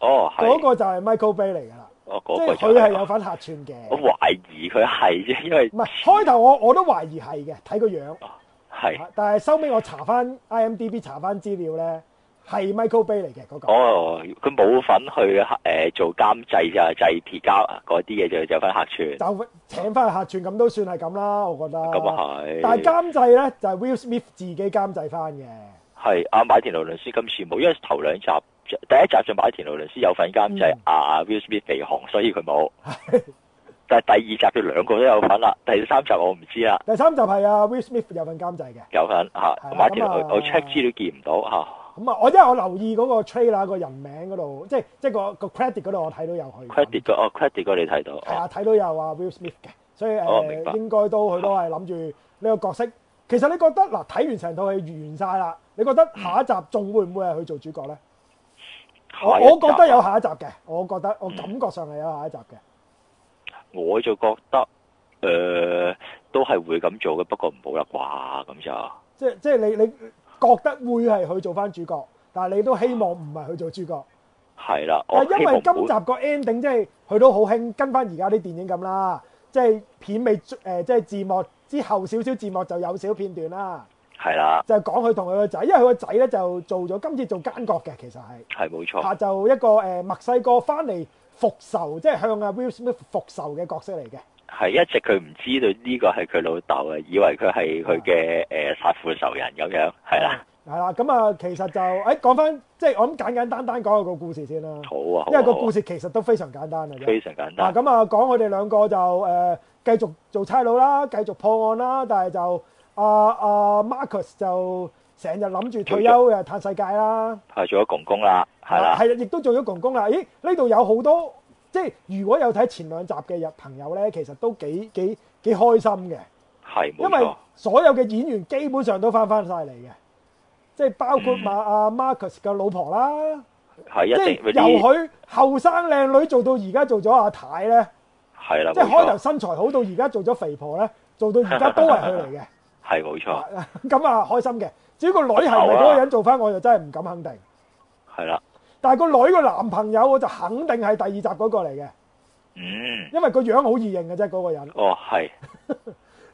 哦係，嗰個就係 Michael Bay 嚟㗎啦，哦即嗰個係就佢係係有份客串嘅。我懷疑佢係啫，因為唔係開頭我我都懷疑係嘅，睇個樣。哦啊係但係收尾我查翻 IMDB 查翻資料咧，係 Michael Bay 嚟嘅嗰個。哦，佢冇份去誒做監製咋，製鐵膠嗰啲嘢就有份客串，就請翻客串咁都算係咁啦，我覺得。咁啊係。哦但係監製咧就係 Will Smith 自己監製翻嘅。係阿馬田勞倫斯今次冇，因為頭兩集第一集就馬田勞倫斯有份監製嗯，阿 Will Smith 被航，所以佢冇。 但係第二集佢兩個都有份啦，第三集我唔知啦，第三集係啊 Will Smith 有份監製嘅。有份嚇。係啦馬田咁啊我我 check 資料見唔到嚇咁啊，我因為我留意嗰個 trailer 個人名嗰度，即係即係個個 credit 嗰度我睇到有佢。 credit 個哦 credit 個你睇到係哦啊，睇到有啊 Will Smith 嘅，所以誒、哦明白應該都佢都係諗住呢個角色。其實你覺得嗱睇完成套戲完晒啦，你覺嗯得下一集仲會唔會係佢做主角咧？我下一集啊嗯我覺得有下一集嘅，我覺得我感覺上係有下一集嘅。我就覺得誒、呃都係會咁做嘅，不過唔好啦啩咁就。即係即係你你覺得會係佢做翻主角，但係你都希望唔係佢做主角。係啦，我哦但係希啊因望為今唔集好個 ending 即係佢都好興跟翻而家啲電影咁啦，即係片尾誒、即係字幕之後少少字幕就有少片段啦。係啦，就係講佢同佢個仔，因為佢個仔咧就做咗今次做奸角嘅，其實係係冇錯，嚇就一個誒、呃墨西哥翻嚟復仇，即係向阿 Will Smith 復仇嘅角色嚟嘅。係一直佢唔知道呢個係佢老豆啊，以為佢係佢嘅啊誒殺父仇人咁樣，係啦，係啦，咁啊，其實就誒講翻，即係我諗簡簡單單講下個故事先啦，好啊，好啊因為個好啊故事其實都非常簡單嘅啫。非常簡嗱單，咁啊，講佢哋兩個就誒、呃、繼續做差佬啦，繼續破案啦，但係就阿阿 Marcus 就成日諗住退休誒嘆世界啦。係做咗公公啦，係啦，係啊，亦都做咗公公啦。咦，呢度有好多即係如果有睇前兩集嘅日朋友咧，其實都幾幾幾開心嘅，係因冇為錯，所有嘅演員基本上都翻翻晒嚟嘅，即係包括馬阿 Marcus 嘅老婆啦，係嗯即一係定嗰由啲佢後生靚女做到而家做咗阿太咧，係啦，即係啊冇開頭錯，身材好到而家做咗肥婆咧，做到而家都係佢嚟 嘅。係冇錯，咁啊開心嘅。至於個女係啊咪嗰個人做翻，我就真係唔敢肯定。係啦，但係個女個男朋友我就肯定係第二集嗰個嚟嘅，嗯，因為個樣好易認嘅啫嗰個人。哦係，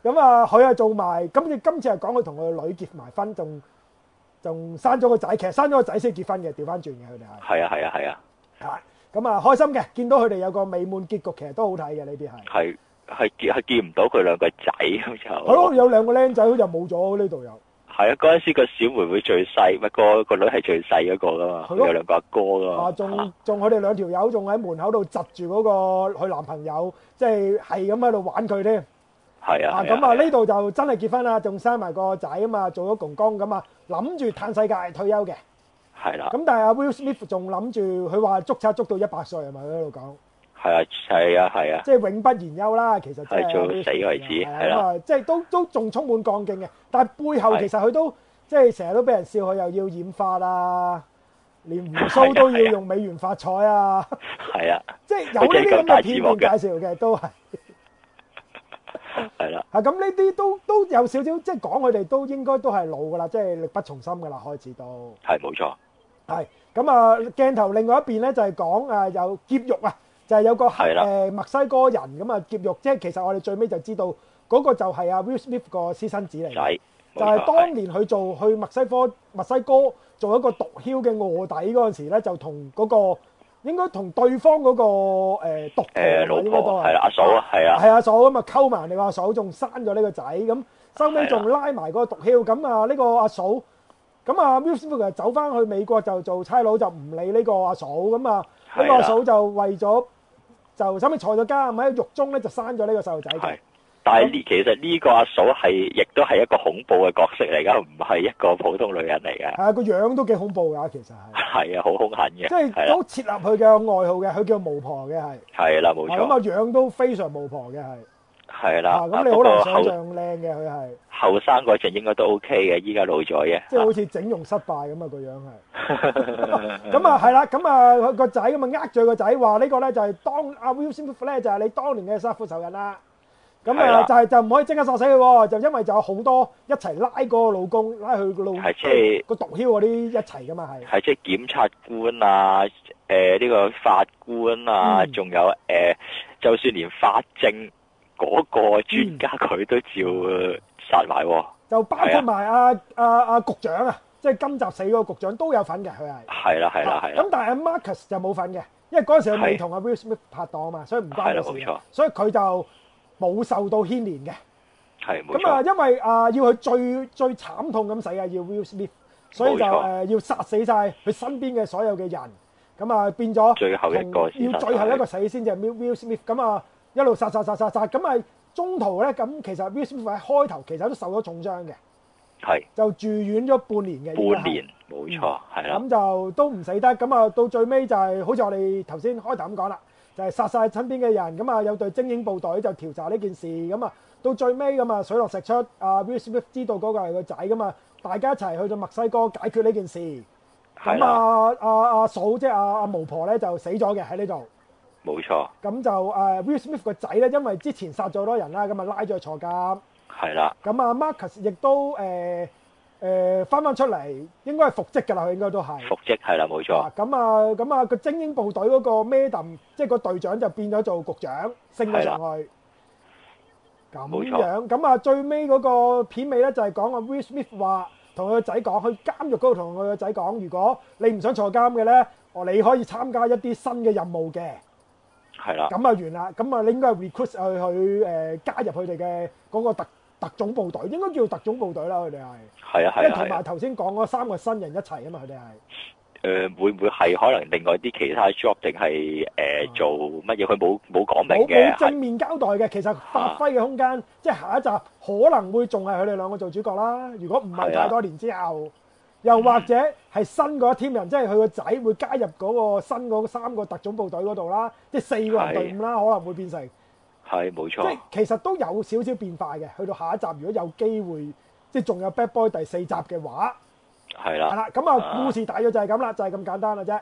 咁啊，佢啊做埋，咁你今次係講佢同佢女結埋婚，仲仲生咗個仔，其實生咗個仔先結婚嘅，調翻轉嘅佢哋係係啊係啊係啊，係。咁啊，開心嘅，見到佢哋有個美滿結局，其實都好睇嘅呢啲係。係係見係見唔到佢兩個仔咁就，係咯，有兩個僆仔，好似冇咗呢度有。係啊，嗰陣時個小妹妹最細，咪個個女係最細嗰個噶嘛，係咯有兩個阿哥噶嘛，啊！仲仲佢哋兩條友仲喺門口度窒住嗰個佢男朋友，即係係咁喺度玩佢添。係啊，啊係咁啊，係呢度就真係結婚啦，仲生埋個仔啊嘛，做咗公公咁啊，諗住嘆世界退休嘅。係啦，咁但係阿 Will Smith 仲諗住，佢話捉賊捉到一百歲係咪佢喺度講？係啊係啊係啊，即係永不言休啦，其實真係係做阿 Will 死 Smith 為止啊係啦咁啊，即係都都仲充滿幹勁嘅，但係背後其實佢都即係成日都俾人笑，佢又要染髮啊，連胡鬚都要用美元發彩 啊。係啊即係有呢啲咁嘅片段介紹嘅都係係啦，啊，咁呢啲都都有少少即係講佢哋都應該都係老噶啦，即係力不從心噶啦，開始都係冇錯，係咁啊鏡頭另外一邊咧就係講啊有劫獄啊，就係、有個係啦誒墨西哥人咁啊劫獄，即係其實我哋最尾就知道嗰個就係阿 Will Smith 個私生子嚟仔嘅，，冇就嗯係錯當年佢做去墨西哥墨西哥做一個毒枭嘅臥底嗰陣時咧，就同嗰、個應該同對方嗰、個誒毒徒誒啊老應該都婆係啦，阿嫂啊係啊，係啊，嫂咁啊溝埋你話嫂，仲生咗呢個仔，咁收尾仲啊拉埋個毒枭，咁啊呢個阿嫂，咁啊 Will Smith 就走翻去美國就做差佬，就唔理呢個阿嫂，咁啊呢個阿嫂就為咗就收尾坐咗監，喺獄中咧就生咗呢個細路仔嘅係。但係呢，其實呢個阿嫂係亦都係一個恐怖嘅角色嚟噶，唔係一個普通女人嚟嘅，係啊個樣都幾恐怖㗎，其實係，係啊，好兇狠嘅，即係係啦都，設立佢嘅愛好嘅，佢叫巫婆嘅係，係啦，冇啊咁啊錯，樣都非常巫婆嘅係，係啦，啊啊咁你不過好難想後象靚嘅佢係，後生嗰陣應該都 OK 嘅，依家老咗嘅，即係好似整容失敗咁啊個樣係。 咁咁啊係啦，咁啊佢個仔咁啊呃咗佢個仔話呢個咧就係當阿 Will Smith 咧就係你當年嘅殺父仇人啦。咁係啊啦就係就唔可以即刻殺死佢喎，就因為就有好多一齊拉嗰個老公，拉佢個老係即係個毒枭嗰啲一齊噶嘛係。係即係檢察官啊，誒、呢、個法官啊，嗯仲、有誒、就算連法證嗰個專嗯家佢都照殺埋喎，就包係括啊埋阿阿阿局長啊，即係今集死嗰個局長都有份嘅佢係。係啦係啦係啦咁，但係阿 Marcus 就冇份嘅，因為嗰陣時佢未係同阿 Will Smith 拍檔啊嘛，所以唔關係啦佢事冇錯嘅，所以佢就冇受到牽連嘅。係冇咁啊，錯，因為啊要佢最最慘痛咁死啊，要 Will Smith，所以就冇錯誒要殺死晒佢身邊嘅所有嘅人，咁啊變咗最後一個同要先殺最後晒一個死先至係 Will Will Smith，咁啊一路殺殺殺殺殺，咁啊中途咧咁其實 Will Smith 喺開頭其實都受咗重傷嘅，係就住院咗半年嘅，半年冇錯，係啦嗯咁就都唔死得，咁啊到最尾就係、好似我哋頭先開頭咁講啦，就係、殺晒身邊嘅人，咁啊有隊精英部隊就調查呢件事，咁啊到最尾咁啊水落石出，啊 Will Smith 知道嗰個係個仔咁啊，大家一齊去到墨西哥解決呢件事，係咁啦啊阿阿嫂即係阿阿巫婆咧就死咗嘅喺呢度。冇錯，咁就誒、啊 Will Smith 個仔咧，因為之前殺咗好多人啦，咁啊拉咗去坐監。係啦咁啊 Marcus 亦都誒誒翻翻出嚟，應該係復職㗎啦，佢應該都係。復職係啦冇錯嗯啊，咁啊，咁啊，個精英部隊嗰個 Madam，即係個隊長就變咗做局長，升咗上去。咁冇樣，咁啊，最尾嗰個片尾咧就係講阿 Will Smith 話同佢個仔講，去監獄嗰度同佢個仔講，如果你唔想坐監嘅咧，我你可以參加一啲新嘅任務嘅。係啦咁啊完啦，咁啊你應該係 recruit 佢去誒加入佢哋嘅嗰個特特種部隊，應該叫特種部隊啦，佢哋係，係啊因係為啊同係啊埋。頭先講嗰三個新人一齊啊嘛，佢哋係。誒、會唔會係可能另外啲其他 job 定係誒做乜嘢？佢冇冇講冇明嘅啊冇，正面交代嘅，其實發揮嘅空間，即係下一集可能會仲係佢哋兩個做主角啦。如果唔係係啊太多年之後，又或者係新嗰一 team 人，即係佢個仔會加入嗰個新嗰三個特種部隊嗰度啦，即係四個人隊伍啦，可能會變成，係冇即錯係，其實都有少少變化嘅。去到下一集，如果有機會，即係仲有 Bad Boy 第四集嘅話，係係啦，啦，咁啊故事大約就係咁啦，就係咁簡單啦啫，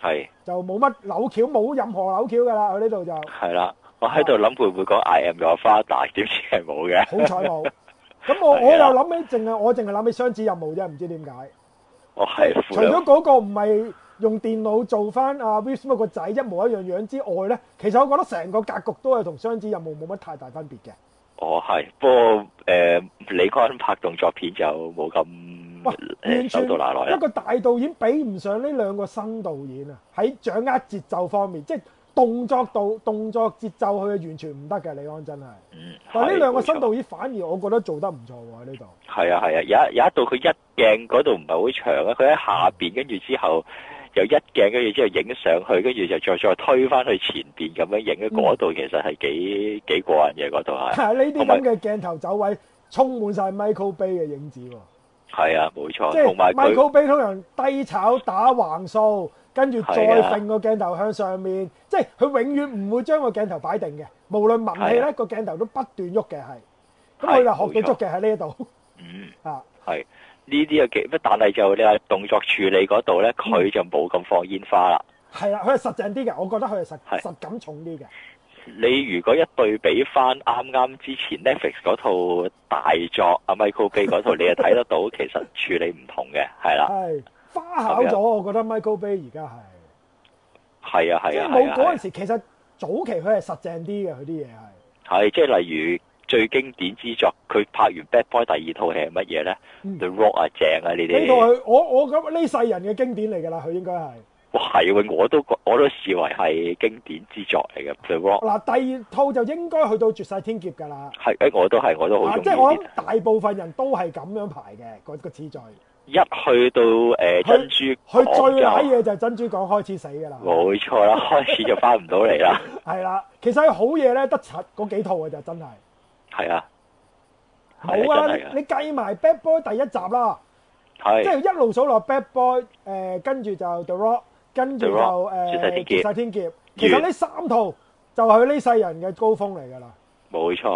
係就冇乜扭橋，冇任何扭橋㗎啦，佢呢度就。係啦，我喺度啊諗會唔會講 I am your father，點 知係冇嘅。好 彩冇。咁我我係又啊諗起，淨係我淨係諗起雙子任務啫，唔知點解。我係除負咗兩，嗰個唔係用電腦做翻阿 Will Smith 個仔一模一樣樣之外咧，其實我覺得成個格局都係同雙子任務冇乜太大分別嘅。我係。不過誒，李安拍動作片就冇咁哇完誒全手到啊拿來一啦。個大導演比唔上呢兩個新導演啊！喺掌握節奏方面，即係動作度動作節奏，佢係完全唔得嘅。李安真係，嗯，但係呢兩個係新冇錯導演反而我覺得做得唔錯喎喺呢度。係啊係啊，有一有一度佢一鏡嗰度唔係好長啊，佢喺下邊跟住之後又一鏡，跟住之後影上去，跟住就再再推翻去前邊咁樣影，嗰度其實係幾幾過癮嘅嗰度 係。係呢啲同埋咁嘅鏡頭走位，充滿晒 Michael Bay 嘅影子喎。係啊，冇錯即，係同埋佢 Michael Bay 通常低炒打橫掃，跟住再係啊揈個鏡頭向上面，即係佢永遠唔會將個鏡頭擺定嘅，無論文戲係啊咧個鏡頭都不斷喐嘅係。咁係佢就學到冇錯足嘅喺呢一度 嗯啊，係呢啲嘅幾，但係就你話動作處理嗰度咧，嗯佢就冇咁放煙花啦。係啦，佢係實淨啲嘅，我覺得佢係實係實感重啲嘅。你如果一對比翻啱啱之前 Netflix 嗰套大作啊 Michael Bay 嗰套，你就睇得 到其實處理唔同嘅，係啦，係花巧啊咁咗，樣我覺得 Michael Bay 而家係，係啊，即係係啊，冇係啊。係嗰啊陣時，其實早期佢係實淨啲嘅，佢啲嘢係。係，即係例如最經典之作，佢拍完《Bad Boy》第二套戲係乜嘢咧嗯？The Rock 啊，正啊呢呢套啲，係我我咁呢世人嘅經典嚟㗎啦，佢應該係。哇係喎，我都覺我都視為係經典之作嚟嘅《The Rock》嗱，第二套就應該去到絕世天劫㗎啦。係，誒我都係我都好啊中即係我意諗。大部分人都係咁樣排嘅，個個次序。一去到誒珍珠港佢最瀨就嘢就係珍珠港開始死㗎啦，冇錯 啦，開始就翻唔到嚟啦，係啦。其實佢好嘢咧，得七嗰幾套嘅就真係係啊，係冇啊！啊，真係啊你你計埋 Bad Boy 第一集啦，即係係一路數落 Bad Boy，誒跟住就 The Rock，跟住就 The Rock，絕世誒天劫絕世天劫。其實呢三套就係佢呢世人嘅高峰嚟㗎啦。 冇錯，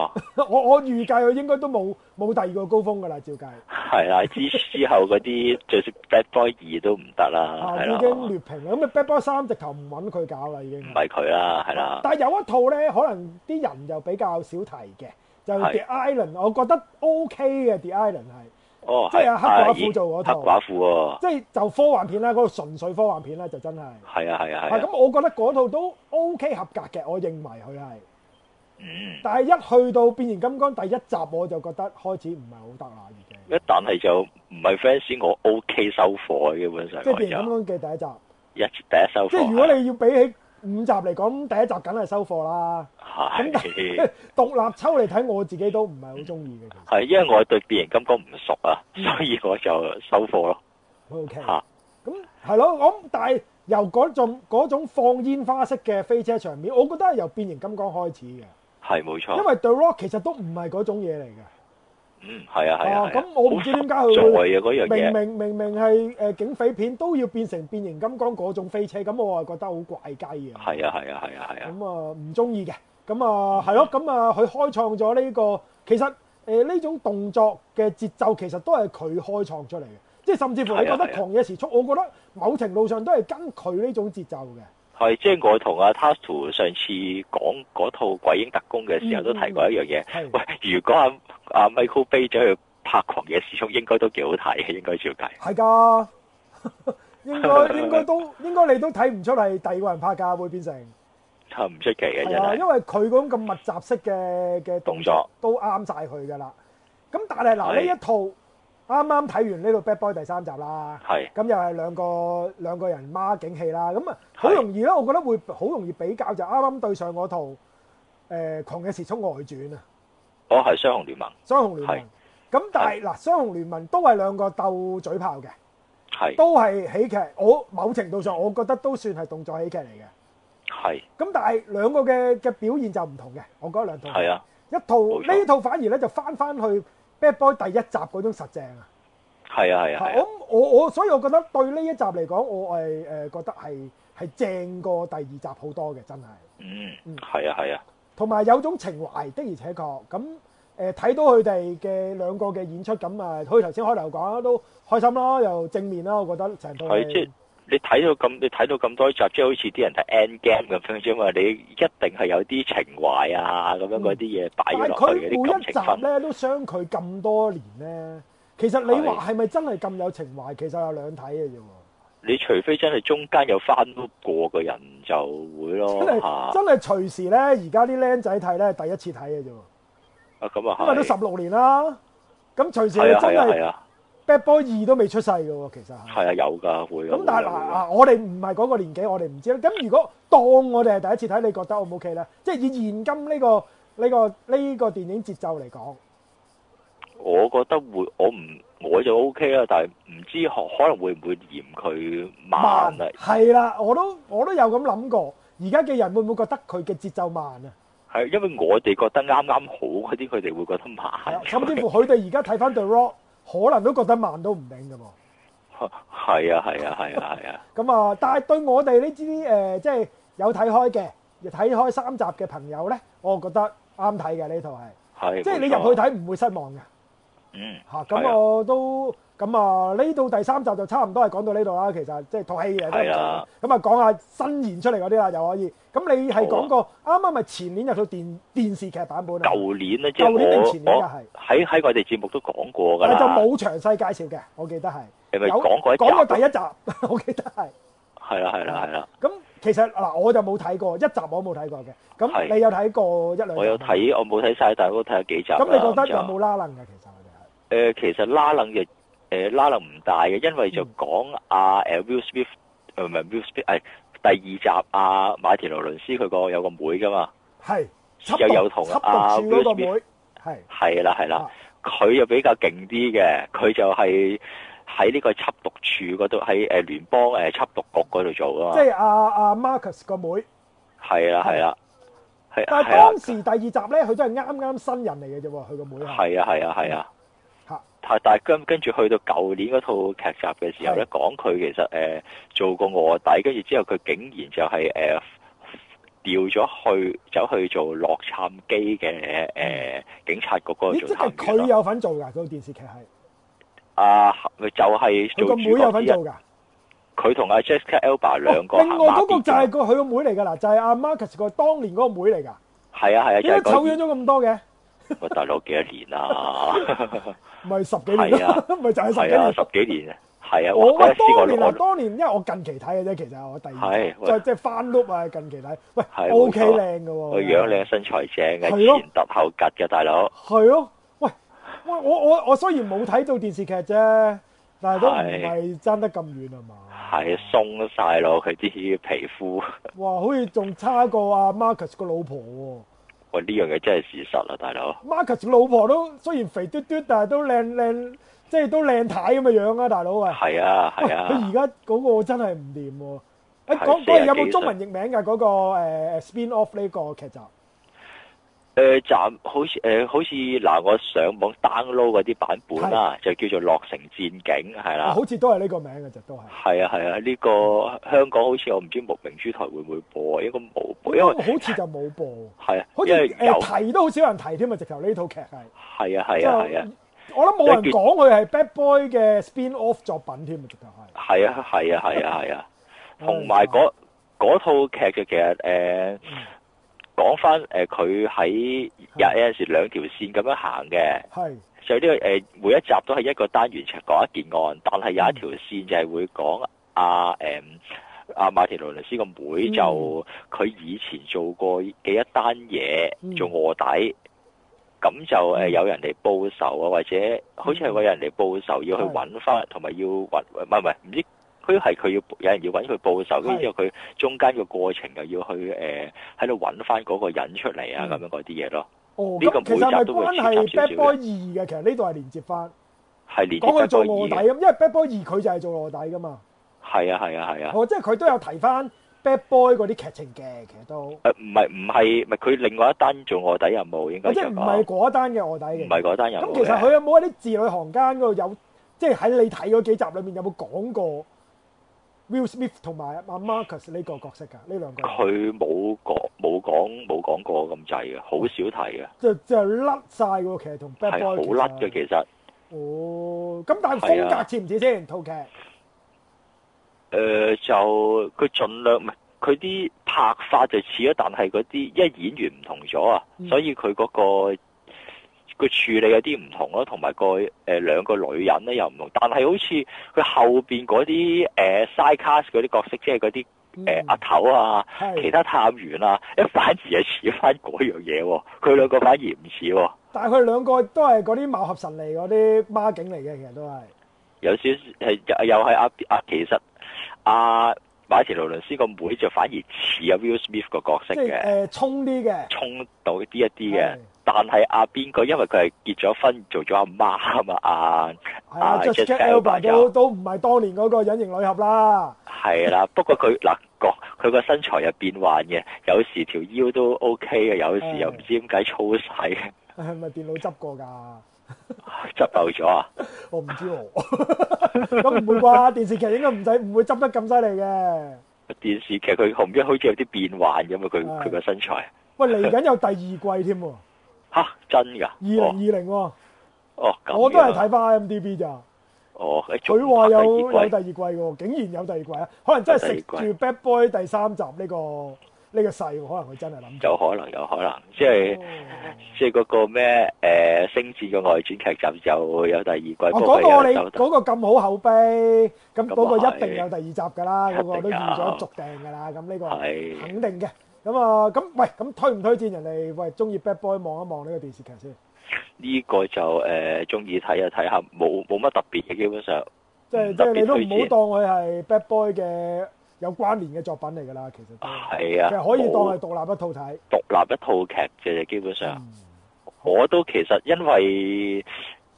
我我預計佢應該都冇冇第二個高峰㗎啦，照計係 啦，之之後嗰啲就算《Bad Boy 二》都唔得啦，啊係已啦，哦經劣評啦。咁啊 Bad Boy 三直頭唔揾佢搞啦，已經係。唔係佢啦，係啦，但係有一套咧，可能啲人就比較少提嘅，就係 The Island，我覺得 OK 嘅 The Island 係，哦，即係係黑寡婦係做嗰黑套寡婦喎。即係就科幻片啦，嗰、個純粹科幻片啦，就真係。啊係啊係啊係咁、啊，我覺得嗰套都 OK 合格嘅，我認為佢係。嗯，但係一去到變形金剛第一集，我就覺得開始唔係好得啦，已經。一但係就唔係 fans，我 OK 收貨嘅基本上即我係就變形金一剛嘅第一集，第一收貨。即係如果你要比起五集嚟講，第一集梗係收貨啦。啊係獨立抽嚟睇，我自己都唔係好中意嘅，其係，因為我對變形金剛唔熟啊，所以我就收貨咯。實 OK。嚇咁係咯，我諗但係由嗰種嗰種放煙花式嘅飛車場面，我覺得係由變形金剛開始嘅，係冇錯。因為 The Rock 其實都唔係嗰種嘢嚟嘅。嗯係啊係啊啊，係啊咁我唔知點解好佢會實在啊嗰樣明嘢。明明明係誒警匪片都要變成變形金剛嗰種飛車，咁我啊覺得好怪雞嘅。係啊係啊係啊係啊，咁啊唔中意嘅，咁啊係咯，咁啊佢開創咗呢、個其實誒呢、種動作嘅節奏其實都係佢開創出嚟嘅，即係甚至乎你覺係得啊係啊狂野時速，我覺得某程度上都係跟佢呢種節奏嘅。係即係我同阿 Tastu 上次講嗰套《鬼影特工》嘅時候都提過一樣嘢。係喂，如果阿阿 Michael Bay 走去拍《狂野時速》，應該都幾好睇嘅，應該照計。係㗎， 應該應該都應該你都睇唔出係第二個人拍㗎，會變成啊唔出奇嘅係真啊，係因。為佢嗰種咁密集式嘅嘅動動作都啱晒佢㗎啦。咁但係係嗱呢一套啱啱睇完呢套《Bad Boy》第三集啦，係咁又係兩個兩個人孖景戲啦，咁啊係好容易啦，我覺得會好容易比較就啱啱對上嗰套誒、呃《狂野時速外傳》啊，我哦係雙雄聯盟， 《雙雄聯盟係》。咁但係嗱，《雙雄聯盟》都係兩個鬥嘴炮嘅，係都係喜劇。我某程度上我覺得都算係動作喜劇嚟嘅。係咁但係兩個嘅嘅表現就唔同嘅，我覺得兩套係啊，一套冇錯呢套反而咧就翻翻去《Bad Boy》第一集嗰種實正啊！係啊，係啊，係啊，我我我所以我覺得對呢一集嚟講，我係誒、呃、覺得係係正過第二集好多嘅，真係。嗯嗯，係啊，係啊，同埋有種情懷的而且確咁誒睇到佢哋嘅兩個嘅演出咁啊，佢頭先開頭講都開心啦，又正面啦，我覺得成套戲係即係你睇到咁，你睇到咁多集，即係好似啲人睇 End Game 咁樣啫嘛。你一定係有啲情懷啊，咁樣嗰啲嘢擺但咗係落佢去嘅啲每感一情集分。咧都相距咁多年咧，其實你話係係咪真係咁有情懷？其實有兩睇嘅啫喎，你除非真係中間有翻 loop 過嘅人就會咯真哦嚇。係真係隨時咧，而家啲僆仔睇咧，第一次睇嘅啫喎，啊咁啊因為都十係。六年啦，咁隨時係你啊真係啊係係啊 Bad Boy 二都未出世嘅喎，其實係。係啊有㗎會㗎。咁但係嗱會㗎啊，我哋唔係嗰個年紀，我哋唔知啦。咁如果當我哋係第一次睇，你覺得 O 唔 OK 咧？即係以現今呢、個呢、個呢、個電影節奏嚟講，我覺得會，我唔我就 O K 啦，但係唔知可可能會唔會嫌佢慢啊？係啦，我都我都有咁諗過。而家嘅人會唔會覺得佢嘅節奏慢啊？係因為我哋覺得啱啱好嗰啲，佢哋會覺得係啊慢。甚至乎佢哋而家睇翻 The Rock，可能都覺得慢都唔定㗎喎。係啊係啊係啊係啊，咁啊，但係對我哋呢啲誒，即係有睇開嘅，睇開三集嘅朋友咧，我覺得啱睇嘅呢套係，係。即係你冇錯入去，睇唔會失望嘅。嗯，嚇係啊咁我都咁啊，呢度第三集就差唔多係講到呢度啦。其實即係套戲嚟都唔係啊錯咁啊，講下新言出嚟嗰啲啦，又可以。咁你係講過啱啱咪前年有套電電視劇版本啊？舊年咧，即係舊年定前年我我㗎係喺喺我哋節目都講過㗎但係就啦。冇詳細介紹嘅，我記得係你咪講過一集講過第一集， 啊我記得係。係啦係啦係啦，咁其實嗱，我就冇睇過一集，我冇睇過嘅。咁係你有睇過一兩集？我有。睇，我冇睇晒，但係我睇咗幾集啦。咁你覺得就有冇拉楞嘅？其實我哋係。誒、其實拉楞亦誒拉楞唔大嘅，因為就嗯講阿誒 Will Smith 呃誒唔係 Will Smith 誒、第二集阿馬田勞倫斯佢個有個妹噶嘛，係。又有同緝毒阿處嗰個 Will Smith 妹係。係啦係啦，啊佢就比較勁啲嘅，佢就係喺呢個緝毒處嗰度，喺誒聯邦誒緝毒局嗰度做噶即嘛，係阿阿 Marcus 個妹。係啦係啦，係啊但係係啦當時第二集咧，佢都係啱啱新人嚟嘅啫喎，佢個妹係。係啊係啊係啊。嚇但但係跟跟住去到舊年嗰套劇集嘅時候咧，講佢其實誒、呃做過卧底，跟住之後佢竟然就係、誒、呃、調咗去走去做洛杉磯嘅誒警察局嗰度嗯咦，做即係探員佢咯。有份做㗎，佢個電視劇係。啊，咪就係佢個做妹主有角之份一做，㗎。佢同阿 Jessica Alba 兩個哦另行外嗰個孖就咇係嘅個佢個妹嚟㗎啦，就係阿 Marcus 個當年嗰個妹嚟㗎。係啊係啊，就點解係醜嗰樣咗咁多嘅？喂大佬幾多年啊？咪十幾年咯， 咪 就係十幾係啊，年。十幾年，係啊，我哇嗰喂，陣時我當年啊，我當年因為我近期睇嘅啫，其實我第係二喂再即係翻 look 啊，近期睇，喂係冇 O K 錯靚㗎喎，我樣靚身材正嘅，係咯前凸後趌嘅大佬。係咯，喂，喂，我我我雖然冇睇到電視劇啫，但係都唔係爭得咁遠啊嘛。係鬆晒咯，佢啲皮膚， 哇，好似仲差過阿 Marcus 個老婆喎、喂呢樣嘢真係事實啊，大佬。 Marcus 個老婆都雖然肥嘟嘟，但係都靚靚，即係都靚太咁嘅樣啊，大佬啊！係啊，喂係佢而啊，家嗰個真係唔掂喎。誒係啊講四十講有冇幾中文譯名啊㗎？嗰、個、呃、spin off 呢個劇集誒暫好似誒好似嗱，我上網 download 嗰啲版本啦，就叫做《落成戰警》係啦。好似都係呢個名嘅啫，都係。係啊係啊，呢個香港好似我唔知木明珠台會唔會播，應該冇播，因為好似就冇播，係啊，好似因為誒、有提都好少人提添啊！直頭呢套劇係。係啊係啊係啊。我諗冇人講佢係 Bad Boy 嘅 spin off 作品添啊，直頭係。係啊，係啊，係啊，係啊，哦同埋嗰嗰套劇嘅其實誒講翻誒佢喺有有陣時兩條線咁樣行嘅，係就呢、個誒、呃每一集都係一個單元劇講一件案，但係有一條線就係會講阿誒阿馬田勞倫斯個妹嗯就佢以前做過嘅一單嘢嗯做卧底。咁就誒有人嚟報仇啊，或者好似係有人嚟報仇，要去嗯係揾翻，同埋要揾唔係唔係唔知佢係佢要有人要揾佢報仇，跟住之後佢中間個過程又要去誒喺度揾翻嗰個人出嚟啊，嗯咁樣嗰啲嘢咯，哦，呢個咁其實係每咪集都會關係 Bad Boy 二嘅？其實呢度係連接翻係連接講佢做得多卧啊二底嘅咁，因為 Bad Boy 二佢就係做卧底噶嘛。係啊係啊係啊，哦，即係佢都有提翻 Bad Boy 嗰啲劇情嘅，其實都，誒呃唔係唔係唔係佢另外一單做卧底任務應該哦即就係唔講係嗰單嘅卧底唔嘅。係嗰單任務咁嘅其實佢有冇喺啲字裏行間嗰度有，即係喺你睇嗰幾集裏面有冇講過 Will Smith 同埋阿 Marcus 呢個角色㗎？呢兩個人佢冇講冇講冇講過咁滯嘅，好少提嘅，就就甩晒喎，其實同 Bad 係啊好 Boy 其實甩嘅其實。哦，咁但係係啊嗯風格似唔似先？套劇誒呃就佢盡量唔係佢啲拍法就似咗，但係嗰啲因為演員唔同咗啊，嗯所以佢嗰、個個處理有啲唔同咯，同埋個誒兩個女人咧又唔同，但係好似佢後邊嗰啲誒 side cast 嗰啲角色，即係嗰啲嗯誒阿頭啊、係其他探員啊，一反而係似翻嗰樣嘢喎，佢兩個反而唔似喎。但係佢哋兩個都係嗰啲貌合神離嗰啲孖警嚟嘅，其實都係。有少係又又係阿阿其實阿馬田勞倫斯個妹就反而似阿 Will Smith 個角色即係嘅，誒衝啲嘅。衝到啲一啲嘅係。但係阿邊個因為佢係結咗婚做咗阿媽啊嘛，阿係啊啊，Jessica Jessica Alba Alba 就都都唔係當年嗰個隱形女俠啦。 係啦。不過佢嗱個佢個身材又變幻嘅，有時條腰都 OK 嘅，有時又唔知點解粗晒嘅，係咪電腦執過㗎？執漏咗啊！我唔知喎。 咁唔會啩？電視劇應該唔使唔會執得咁犀利嘅。電視劇佢後面好似有啲變幻咁啊！佢係佢個身材喂，嚟緊有第二季添喎，哦二吓真㗎，零哦二零喎，哦咁我都係樣睇翻 IMDB 咋。哦，仲佢話拍有第有第二二季季喎，竟然有第二季啊！可能真係食有第二住 Bad Boy 第三集呢個呢個勢喎，可能佢真係諗住。有可能，有可能，即係哦即係嗰個咩誒、星戰嘅外傳劇集就有第二季，哦，不過嗰個你有嗰個咁好口碑，咁咁啊嗰個一定有第二集㗎啦，係嗰個都預一咗定有續訂㗎啦，咁呢個係肯定嘅。咁啊，咁喂，咁推唔推薦人哋喂中意 Bad Boy 望一望呢個電視劇先？呢個就誒中意睇啊就睇下，冇冇乜特別嘅基本上，即係嗯即特係別你都推唔好薦當佢係 Bad Boy 嘅有關聯嘅作品嚟㗎啦，其實都係啊，哦其實可以當係冇獨立一套睇。獨立一套劇嘅基本上，嗯我都其實因為。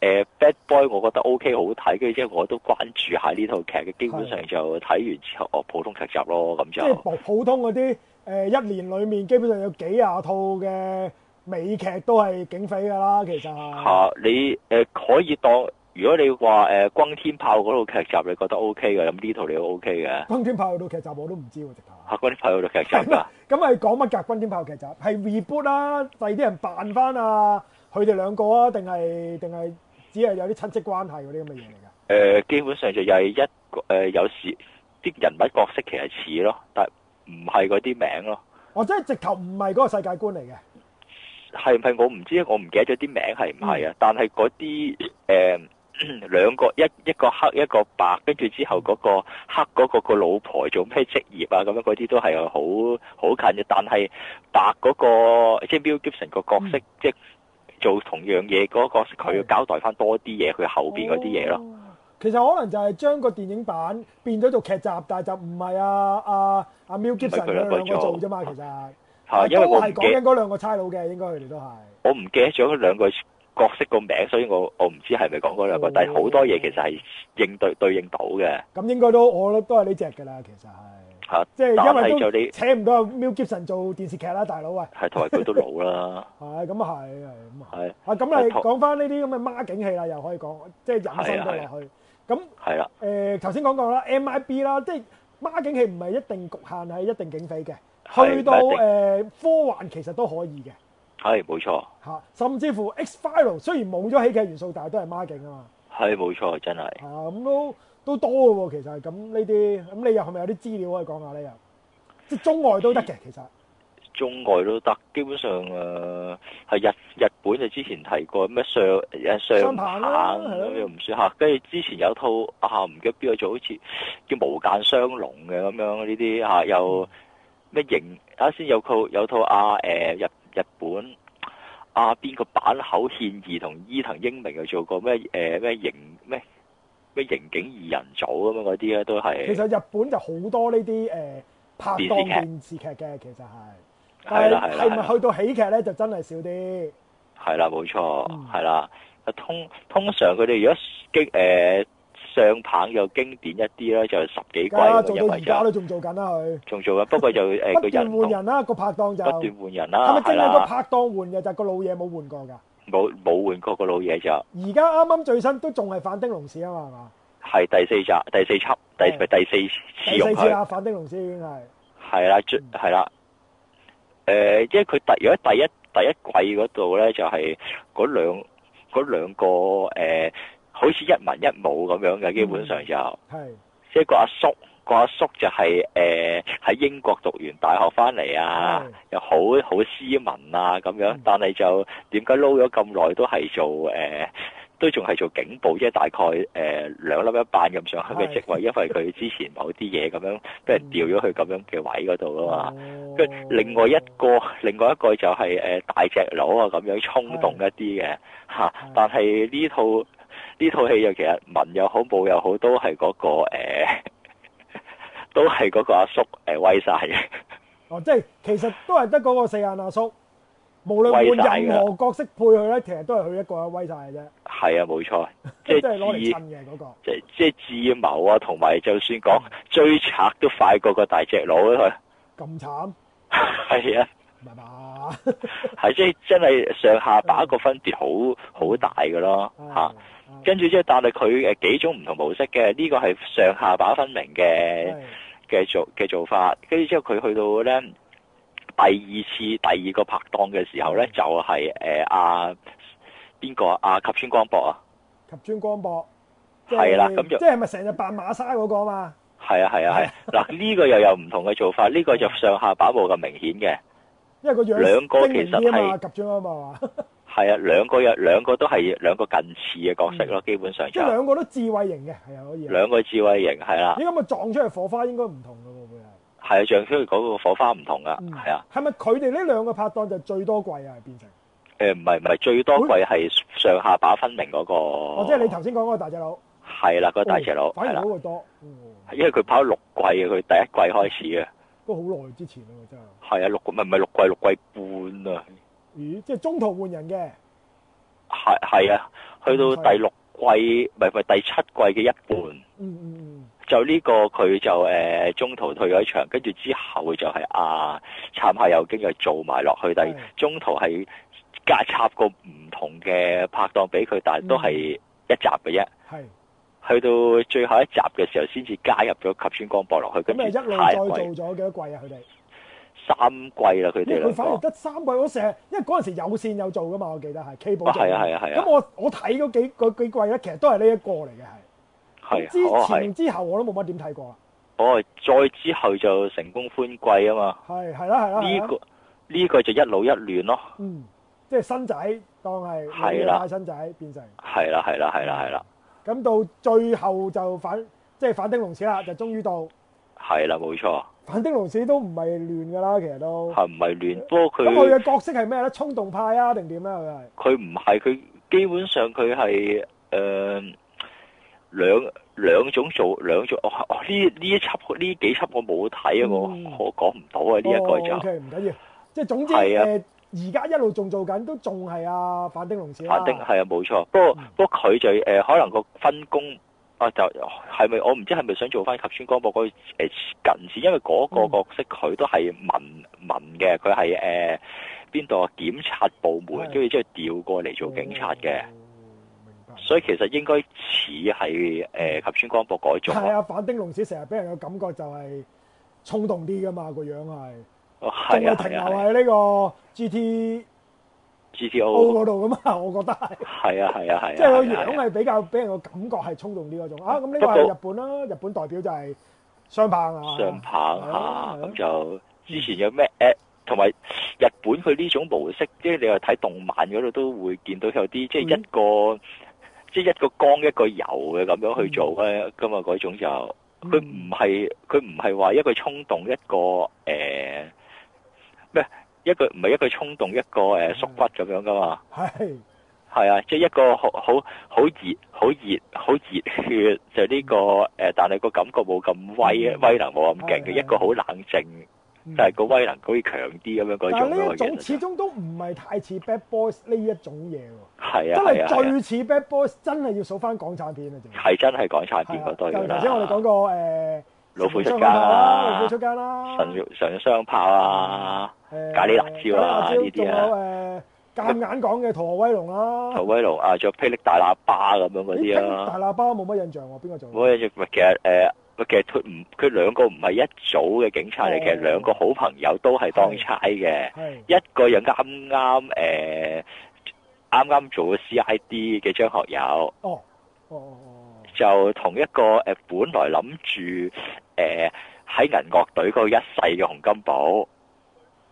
誒、Bad Boy，我覺得 OK 好睇，跟住之後我都關注下呢套劇嘅，基本上就睇完之後，哦普通劇集咯，咁即係就普普通嗰啲誒一年裡面基本上有幾廿套嘅美劇都係警匪㗎啦，其實嚇、你誒、呃可以當，如果你話誒、轟天炮嗰套劇集，你覺得 O K 嘅，咁呢套你都 O K 嘅。轟天炮有套劇集我都唔知喎，直頭。嚇！嗰啲朋友嘅劇集啊㗎，咁係講乜㗎？轟天炮劇集係 reboot 啦，第二啲人扮翻啊，佢哋兩個啊，定係定係只係有啲親戚關係嗰啲咁嘅嘢嚟㗎？誒、呃基本上就又係一個誒、呃有時啲人物角色其實似咯，但唔係嗰啲名咯。哦，即係直頭唔係嗰個世界觀嚟嘅。係唔係我唔知，我唔記得咗啲名係唔係嗯啊？但係嗰啲誒 兩個一一個黑一個白，跟住之後嗰個黑嗰個個老婆做咩職業啊？咁樣嗰啲都係好好近嘅。但係白嗰、個即係 Bill Gibson 個角嗯色，即係做同樣嘢嗰個角色，佢要交代翻多啲嘢，佢後邊嗰啲嘢咯。哦。其實可能就係將個電影版變咗做劇集，但係就唔係啊啊啊 Mel 係 Gibson 佢佢兩兩個個做做啫嘛，其實。係因為都我唔哦係記講緊嗰兩個差佬嘅，應該佢哋都係。我唔記得咗佢兩個角色個名，所以我我唔知係咪講嗰兩個，哦但係好多嘢其實係應對對應到嘅。咁應該都我覺得都係呢只㗎啦，其實係。嚇，即係因但為係就都你請唔到阿 Mel Gibson 做電視劇啦，大佬喂。係同埋佢都老啦，係咁啊，係係咁啊。係啊咁你係同講翻呢啲咁嘅孖景戲啦，又可以講即係引申到係啊落去。咁係啦，誒頭先講過啦，MIB 啦，即係孖景戲唔係一定局限係一定警匪嘅，係去到唔一定誒科幻其實都可以嘅係冇錯，嚇，甚至乎 X File 雖然冇咗喜劇元素，但係都係孖景啊嘛。係冇錯，真係。啊，咁都都多嘅喎，其實咁呢啲，咁你又係咪有啲資料可以講下呢？又即係中外都得嘅，其實中外都得，基本上誒係、日日本就之前提過咩上誒上上棒棒啦係咯咁又唔算嚇，跟住之前有套啊唔記得邊個做，好似叫無間雙龍嘅咁樣呢啲嚇，嗯又咩型啊先有套有套啊誒、日日本啊邊個坂口憲二同伊藤英明又做過咩誒咩刑咩咩刑警二人組咁樣嗰啲咧都係其實日本就好多呢啲誒拍檔電電視劇嘅，其實係，係但啦係啦係係係咪啦。去到喜劇咧就真係少啲？係啦，冇錯嗯，係啦。通通常佢哋如果經誒、呃上棒又經典一啲啦，就十幾季梗係啦，咁做樣因到為而家就都仲做緊啦，佢仲做緊，不過就 誒個不斷人換人啦，個拍檔就不斷係換人啦，咪係淨係個啦，拍檔換嘅，就係個老嘢冇換過㗎？冇冇換過個老嘢就而家啱啱最新都仲係反丁龍市啊嘛，係嘛？係第四集、第四輯、第係第四次第用四次佢，啦，嗯反丁龍市已經係係啦，最係啦。誒，因為佢第如果第一第一季嗰度咧，就係嗰兩嗰兩個呃誒，好似一文一武咁樣嘅，基本上就。係即係個阿叔個阿叔就係誒喺英國讀完大學翻嚟啊，又好好斯文啊咁樣嗯，但係就點解撈咗咁耐都係做誒、呃都仲係做警部，即係大概誒、呃、兩粒一半咁上下嘅係嗯職位，因為佢之前某啲嘢咁樣俾人調咗去咁樣嘅位嗰度啊嘛。哦跟住另外一個，另外一個就係、呃大隻佬啊咁樣衝動一啲嘅嚇係，但係呢套呢套戲又其實文又好武又好，都係嗰、個、呃、 都係嗰個阿叔誒、呃威晒 嘅，哦，即係其實都係得嗰個四眼阿叔，無論威晒換㗎任何角色配佢咧，其實都係佢一個威晒嘅啫，係啊冇錯，即即係攞係嚟襯智嘅嗰個。即即係智謀啊，同埋就算嗯講追賊都快過個大隻佬啊，咁慘， 係啊。唔係嘛？ 係即係真係上下把個分別好好大嘅咯嚇，係跟住之後，但係佢誒呃幾種唔同模式嘅，呢、個係上下把分明嘅係嘅做嘅做法。跟住之後，佢去到咧第二次第二個拍檔嘅時候咧，就係誒阿邊個啊阿及川光博啊，及川光博，即係啦，咁就即係咪成日扮馬莎嗰個啊嘛？係啊係啊係啊。嗱呢、個又有唔同嘅做法，呢、個就上下把冇咁明顯嘅。因為個樣兩個精明啲啊嘛，及川光博 啊，係啊，兩個有兩個都係兩個近似嘅角色咯，基本上即就係嗯兩個都智慧型嘅，係啊可以啊。兩個智慧型係啦，咦咁啊撞出嚟火花應該唔同嘅喎，會係。係啊，像出嗰個火花唔同噶，嗯係啊。。係咪佢哋呢兩個拍檔就最多季啊？係變誒成，呃唔係唔係，最多季係上下把分明嗰、個。哦，即係你頭先講嗰個大隻佬，係啦，嗰個大隻佬哦反係而啦嗰，個多，哦因為佢跑六季嘅，佢第一季開始嘅，都好耐之前啦，真係。係啊，六唔係唔係六季六季半啊，咦，即係中途換人嘅，係係啊，去到第六季唔係唔係第七季嘅一半，嗯嗯嗯，就呢個佢就誒、呃中途退咗場，跟住之後就係、啊參下有經又做埋落去，但係係中途係加插個唔同嘅拍檔俾佢，但係嗯都係一集嘅啫。係，去到最後一集嘅時候，先至加入咗及川光博落去，跟咁啊住一下路再一季做咗幾多季啊？佢哋，三季啦，哦佢因哋為兩佢反而個得三季，我成日因為嗰陣時有線有做噶嘛，我記得係 K 部啊係啊係啊係啊咁我我睇嗰幾嗰幾季咧，其實都係呢一個嚟嘅係。係之哦前係之後我都冇乜點睇過啦，哦，再之後就成功歡季啊嘛，係係啦係啦係啊呢啦，個呢個就一老一亂咯，嗯，即係新仔當係老係啦嘢帶新仔變成。係啦係啦係啦係啦咁到最後就反即係反丁龍史啦，就終於到係啦冇錯，反丁龍史都唔係亂噶啦，其實都。係唔係亂？不過咁佢啊佢嘅角色係咩咧？衝動派啊，定點咧？佢係佢唔係佢基本上佢係誒兩兩種做兩種哦哦呢呢一輯呢幾輯我冇睇啊，我嗯我講唔到啊呢一個哦就 OK，唔緊要。即係總之係啊誒，而家一路仲做緊，都仲係啊反丁龍史啦。反丁係啊，冇錯。不過嗯不過佢就誒、呃可能個分工啊，就係咪我唔知係咪想做翻及川光博嗰個誒呃近似，因為嗰個嗯角色佢都係文文嘅，佢係誒邊度啊檢察部門，係跟住之後調過嚟做警察嘅哦。，明白。所以其實應該似係誒及川光博嗰種係咯，啊，反丁龍史成日俾人嘅感覺就係衝動啲噶嘛，個樣係，哦仲係啊係停係留啊係啊喺呢個 GTO ，GTO 嗰度噶嘛， 我覺得係。啊係啊係啊係啊，即係係個啊樣係啊係比較俾人個感覺係衝動啲嗰種啊！咁呢個不過係日本啦，日本代表就係雙棒啊，上棒係啊嚇，係啊咁就之前有咩 app，同埋日本佢呢種模式，即係你話睇動漫嗰度都會見到有啲即係嗯一個、即係一個光一個油嘅咁樣去做咧，嗯咁啊嗰種就佢唔係佢唔係話一個衝動一個誒咩、一個唔係一個衝動一個誒縮骨咁樣噶嘛。係係啊，即係一個好好好熱、好熱、好熱血，就呢、個誒、呃但係個感覺冇咁威，嗯威能冇咁勁嘅，係係一個好冷靜，嗯但係個威能好似強啲咁樣嗰但種啊係呢咯。其一實種始終都唔係太似 Bad Boys 呢一種嘢喎，係啊，係啊，真係係啊最似 Bad Boys，真係要數翻港產片啊！仲係真係港產係片啊嗰堆㗎就啦。頭先我哋講過誒老虎出神街槍手啦，啦啊老虎出街啦，神上雙炮啊，誒咖喱辣椒啊咖喱辣椒呢啲啊仲有誒夾硬講嘅《逃學威龍》啦頭，威龍啊，着霹靂大喇叭咁樣嗰咦啲啊大。喇叭冇乜印象喎，邊個做？冇嘢做，其實誒。呃其實佢唔，佢兩個唔係一組嘅警察嚟，哦其實兩個好朋友都係當差嘅。係。一個又啱啱誒啱啱做咗 CID 嘅張學友，哦，哦哦哦，就同一個诶、呃本來諗住诶喺銀樂隊嗰個一世嘅洪金寶，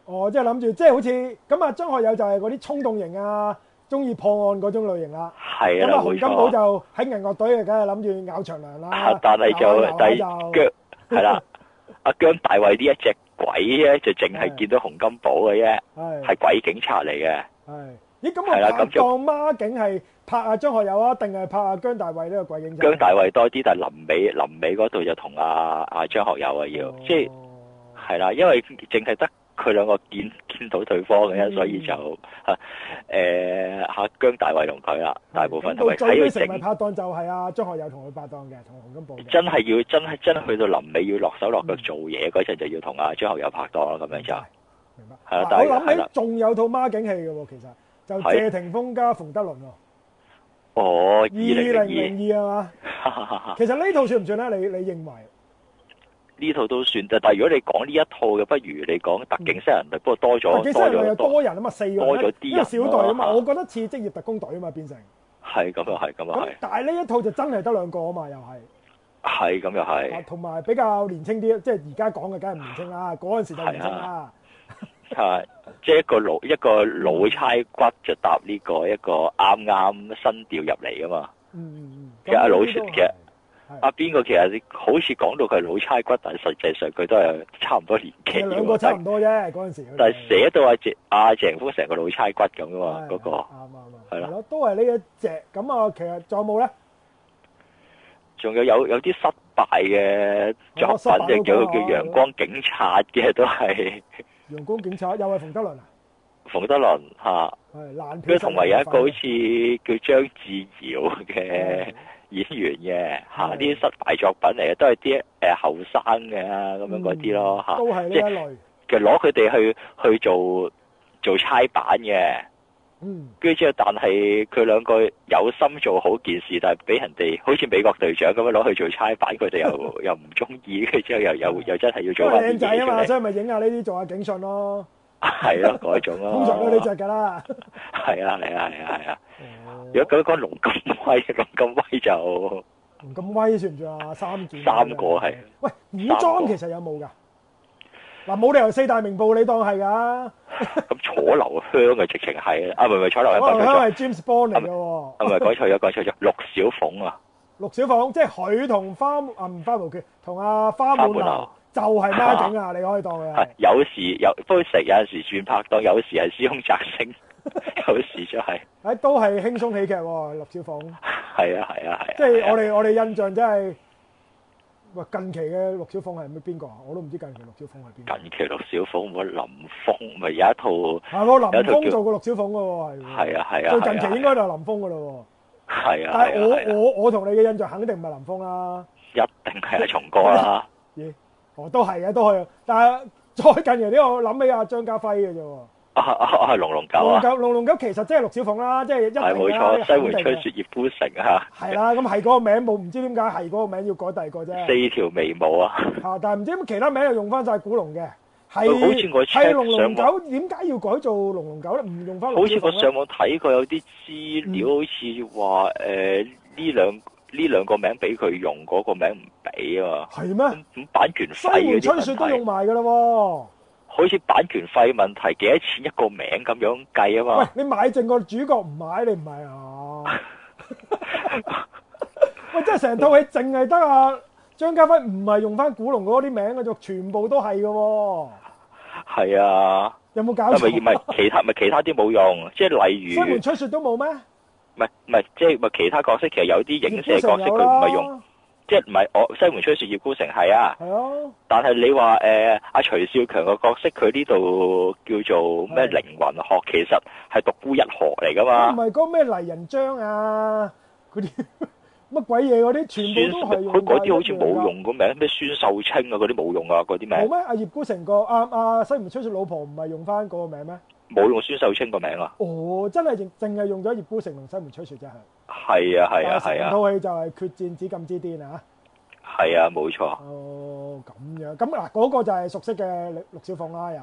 哦，即係諗住，即係好似咁啊，張學友就係嗰啲衝動型啊，中意破案嗰種類型啦。係咁啦，啊，冇洪金寶錯。就喺銀樂隊啊，梗係諗住咬長糧啦啊。但係就咬下咬下第腳係啦，阿姜大衛呢一隻鬼咧，就淨係見到洪金寶嘅啫，係係鬼警察嚟嘅。係。咦，咁係啦我拍咁就檔孖景係拍阿張學友啊，定係拍阿姜大衛呢個鬼影仔？姜大衛多啲，但係臨尾臨尾嗰度就同阿阿張學友啊要，哦即係係啦，因為淨係得佢兩個見見到對方嘅嗯啫，所以就嚇誒嚇姜大衛同佢啦，大部分嗯咁同埋到最睇尾佢成為整拍檔就係阿張學友同佢拍檔嘅，同洪金寶嘅。真係要真係真係去到臨尾要落手嗯落腳做嘢嗰陣，就要同阿張學友拍檔啦，咁樣就明白。係啦嗱但係我諗係起啦仲有套孖景戲嘅喎，其實就係謝霆鋒加馮德倫喎，哦，二二零零零零二啊嘛。 二其實呢套算唔算咧？你你認為？呢套都算，但係如果你講呢一套嘅，不如你講特警新人類，不過多嗯特咗技多生係咪有咗多，多人啊嘛？四個人多咗啲因為小隊啊嘛。人啊我覺得似職業特工隊啊嘛，變成係咁又係咁又咁係，，但係呢一套就真係得兩個啊嘛，又係係咁又係啊。同埋比較年青啲，即係而家講嘅梗係唔年青啦，嗰陣時就年青啦。啊，即係一個老一個老差骨就搭呢個一個啱啱新調入嚟噶嘛。嗯嗯嗯。其實咁老呢實啲都係嘅阿邊個其實好似講到佢係老差骨，但係實際上佢都係差唔多年其紀實喎。啊兩個差唔多啫，嗰陣時佢哋。但係寫到阿謝阿鄭峰成個老差骨咁噶嘛係，啊嗰個係啱啱啱。係啦係咯，都係呢一隻。咁啊，其實仲有冇咧？仲有有有啲失敗嘅作品失敗嘅，都叫講啊叫陽光警察嘅都係 陽光警察又係馮德倫啊，馮德倫嚇，係爛跟片。住同埋有一個好似叫張智堯啊嘅。演員嘅嚇，呢係啲失敗作品嚟嘅，都係啲誒後生嘅咁嗯樣嗰啲咯嚇都，係呢即係一類。其實攞佢哋去去做做差版嘅，嗯，跟住之後，但係佢兩個有心做好件事，但係俾人哋好似美國隊長咁樣攞去做差版，佢哋又 又唔中意，跟住之後又又又真係要因做為翻啲嗯靚仔嘢啊出嘛，嚟，所以咪影下呢啲做下警訊咯。係咯嗰種咯，通常都呢只㗎啦。係啊係啊係啊係啊，哦如果咁講龍咁威， 龍咁威就唔咁威算唔算啊？三件三個係。喂，古裝三個其實有冇㗎？嗱，冇理由四大名捕你當係㗎。咁楚留香啊，直情係啊，唔係唔係楚留香可講能錯咗香係 James Bond 嚟㗎喎。啊，唔係講 錯咗，講錯咗，陸小鳳啊，陸小鳳，即係佢同花啊唔花無缺，同阿花滿花啊滿樓樓就係孖景啊！你可以當佢係係有時有不過食，有陣時轉拍檔，有時係司空擲 星，有時就係誒都係輕鬆喜劇喎，陸小鳳。係啊係啊係啊，即係我哋哋我哋印象真係，喂近期嘅陸小鳳係咩邊個啊？我都唔知近期陸小鳳係邊個。近期陸小鳳冇林峰，咪有一套係喎，有林一套峰叫做過陸小鳳嘅喎，係喎。係啊係啊，嗯最近期應該係就係林峰嘅咯啊喎。係啊但係係我啊，我我同你嘅印象肯定唔係林峰啦。一定係阿松哥啊啊啦，咦，我都係嘅，都係。但係再近期啲，我諗起阿張家輝嘅啫喎。啊啊啊龍龍狗龍啊，九龍龍九其實即係陸小鳳啦，即係一定啊係冇啦錯，西肯門定吹嘅雪葉孤城啊，係啦，咁係嗰個名冇，唔知點解係嗰個名要改第二個啫。四條眉毛啊，嚇，但係唔知點解其他名又用翻晒古龍嘅，係好似我 check 係龍龍上九點解要改做龍龍九咧？唔用翻好龍似小我鳳咧？上網睇過有啲資料，嗯好似話誒呢兩呢兩個名俾佢用，嗰、個名唔俾啊嘛。係咩？咁咁版權西費嗰門吹啲雪都問用題，埋㗎啦喎！好似版權費問題幾多錢一個名咁樣計啊喂嘛，，你買正個主角唔買，你唔係 啊？喂，真係成套戲淨係得啊張家輝唔係用翻古龍嗰啲名嘅啫，全部都係嘅喎。係啊，有冇搞啊咪唔錯？係其他咪其他啲冇用，即係例西如門吹雪都冇咩？唔係唔係即係咪其他角色其實有啲影射角色葉孤城有佢啦唔係用，，啊即係唔係我西門吹雪葉孤城係啊，係啊，但係你話誒阿徐少強個角色佢呢度叫做咩係靈魂學，其實係獨孤一學嚟噶嘛唔。係嗰個咩黎仁章啊，嗰啲 乜鬼嘢嗰啲，全部都係用佢嗰啲好似晒一樣㗎冇，用個名，咩孫秀清啊嗰啲冇用啊，嗰啲啊冇名咩？阿葉孤城個阿阿西門吹雪老婆唔係用翻嗰個名咩？冇用孫秀清個名啊。哦，真係淨淨係用咗葉孤城同西門吹雪啫，係。係啊係啊但係係成啊套戲就係決戰紫禁之巔啊！係啊，冇錯，哦，咁樣咁嗱，嗰個就係熟悉嘅陸陸小鳳啦，又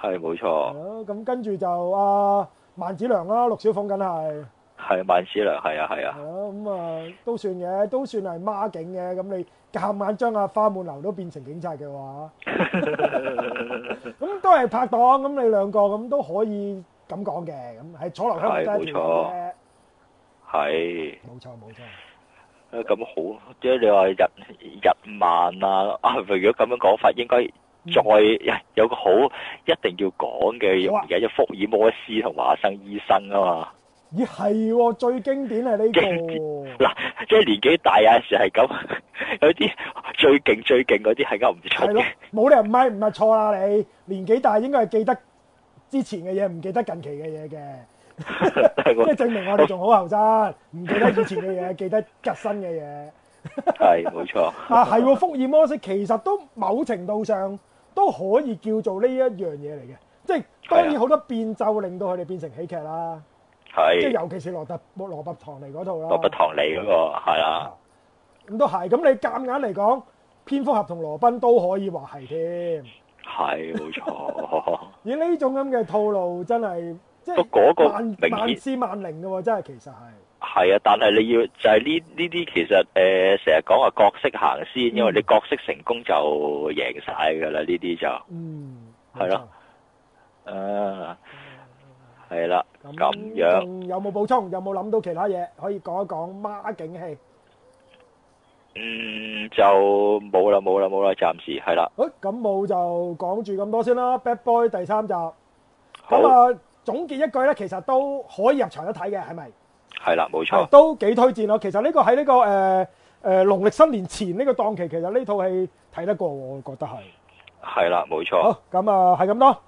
係係冇錯，咯。咁跟住就阿萬梓良啦，陸小鳳梗係。係萬斯良，係啊係啊， 係咯，咁啊，都算嘅，都算係孖警嘅，咁你夾硬將阿花滿樓都變成警察嘅話。咁都係拍檔，咁你兩個咁都可以咁講嘅，咁係楚留香唔得一條係，嘅。冇錯。係。冇錯，冇錯。啊咁好，即係你話日日漫啊，啊如果咁樣講法，應該嗯再呀有個好一定要講嘅好啊嘢，就福爾摩斯同華生醫生啊嘛。咦，係喎，最經典係呢個。嗱，即係年紀大有陣時係咁， 有啲最勁最勁嗰啲係噏唔出嘅。係咯，冇理由唔係-唔係錯啦，你年紀大應該係記得之前嘅嘢，唔記得近期嘅嘢嘅。即係證明我哋仲好後生，唔記得以前嘅嘢，記得吉新嘅嘢。係冇錯，啊，係喎，福爾摩斯其實都某程度上都可以叫做呢一樣嘢嚟嘅，即係當係然啊好多變奏令到佢哋變成喜劇啦，即係係尤其是羅特羅伯唐尼嗰套啦。羅伯唐尼嗰個係啦，咁都係，咁你夾硬嚟講，蝙蝠俠同羅賓都可以話係添。係冇錯，以呢種咁嘅套路真係即不過嗰個係萬明顯萬絲萬靈嘅喎，真係其實係。係啊！但係你要就係呢呢啲其實誒成日講話角色行嗯先，因為你角色成功就贏晒㗎啦，呢啲就嗯，係咯啊係啦冇錯。咁樣。仲有冇補充？有冇諗到其他嘢可以講一講孖景戲？嗯，就冇啦冇啦冇啦，暫時係啦。好，咁冇就講住咁多先啦。Bad Boy 第三集，咁好啊總結一句咧，其實都可以入場一睇嘅，係咪？係啦，冇錯係，都幾推薦咯。其實呢個喺呢個誒誒農曆新年前呢個檔期，其實呢套戲睇得過，我覺得係。係啦，冇錯。好，咁啊係咁多。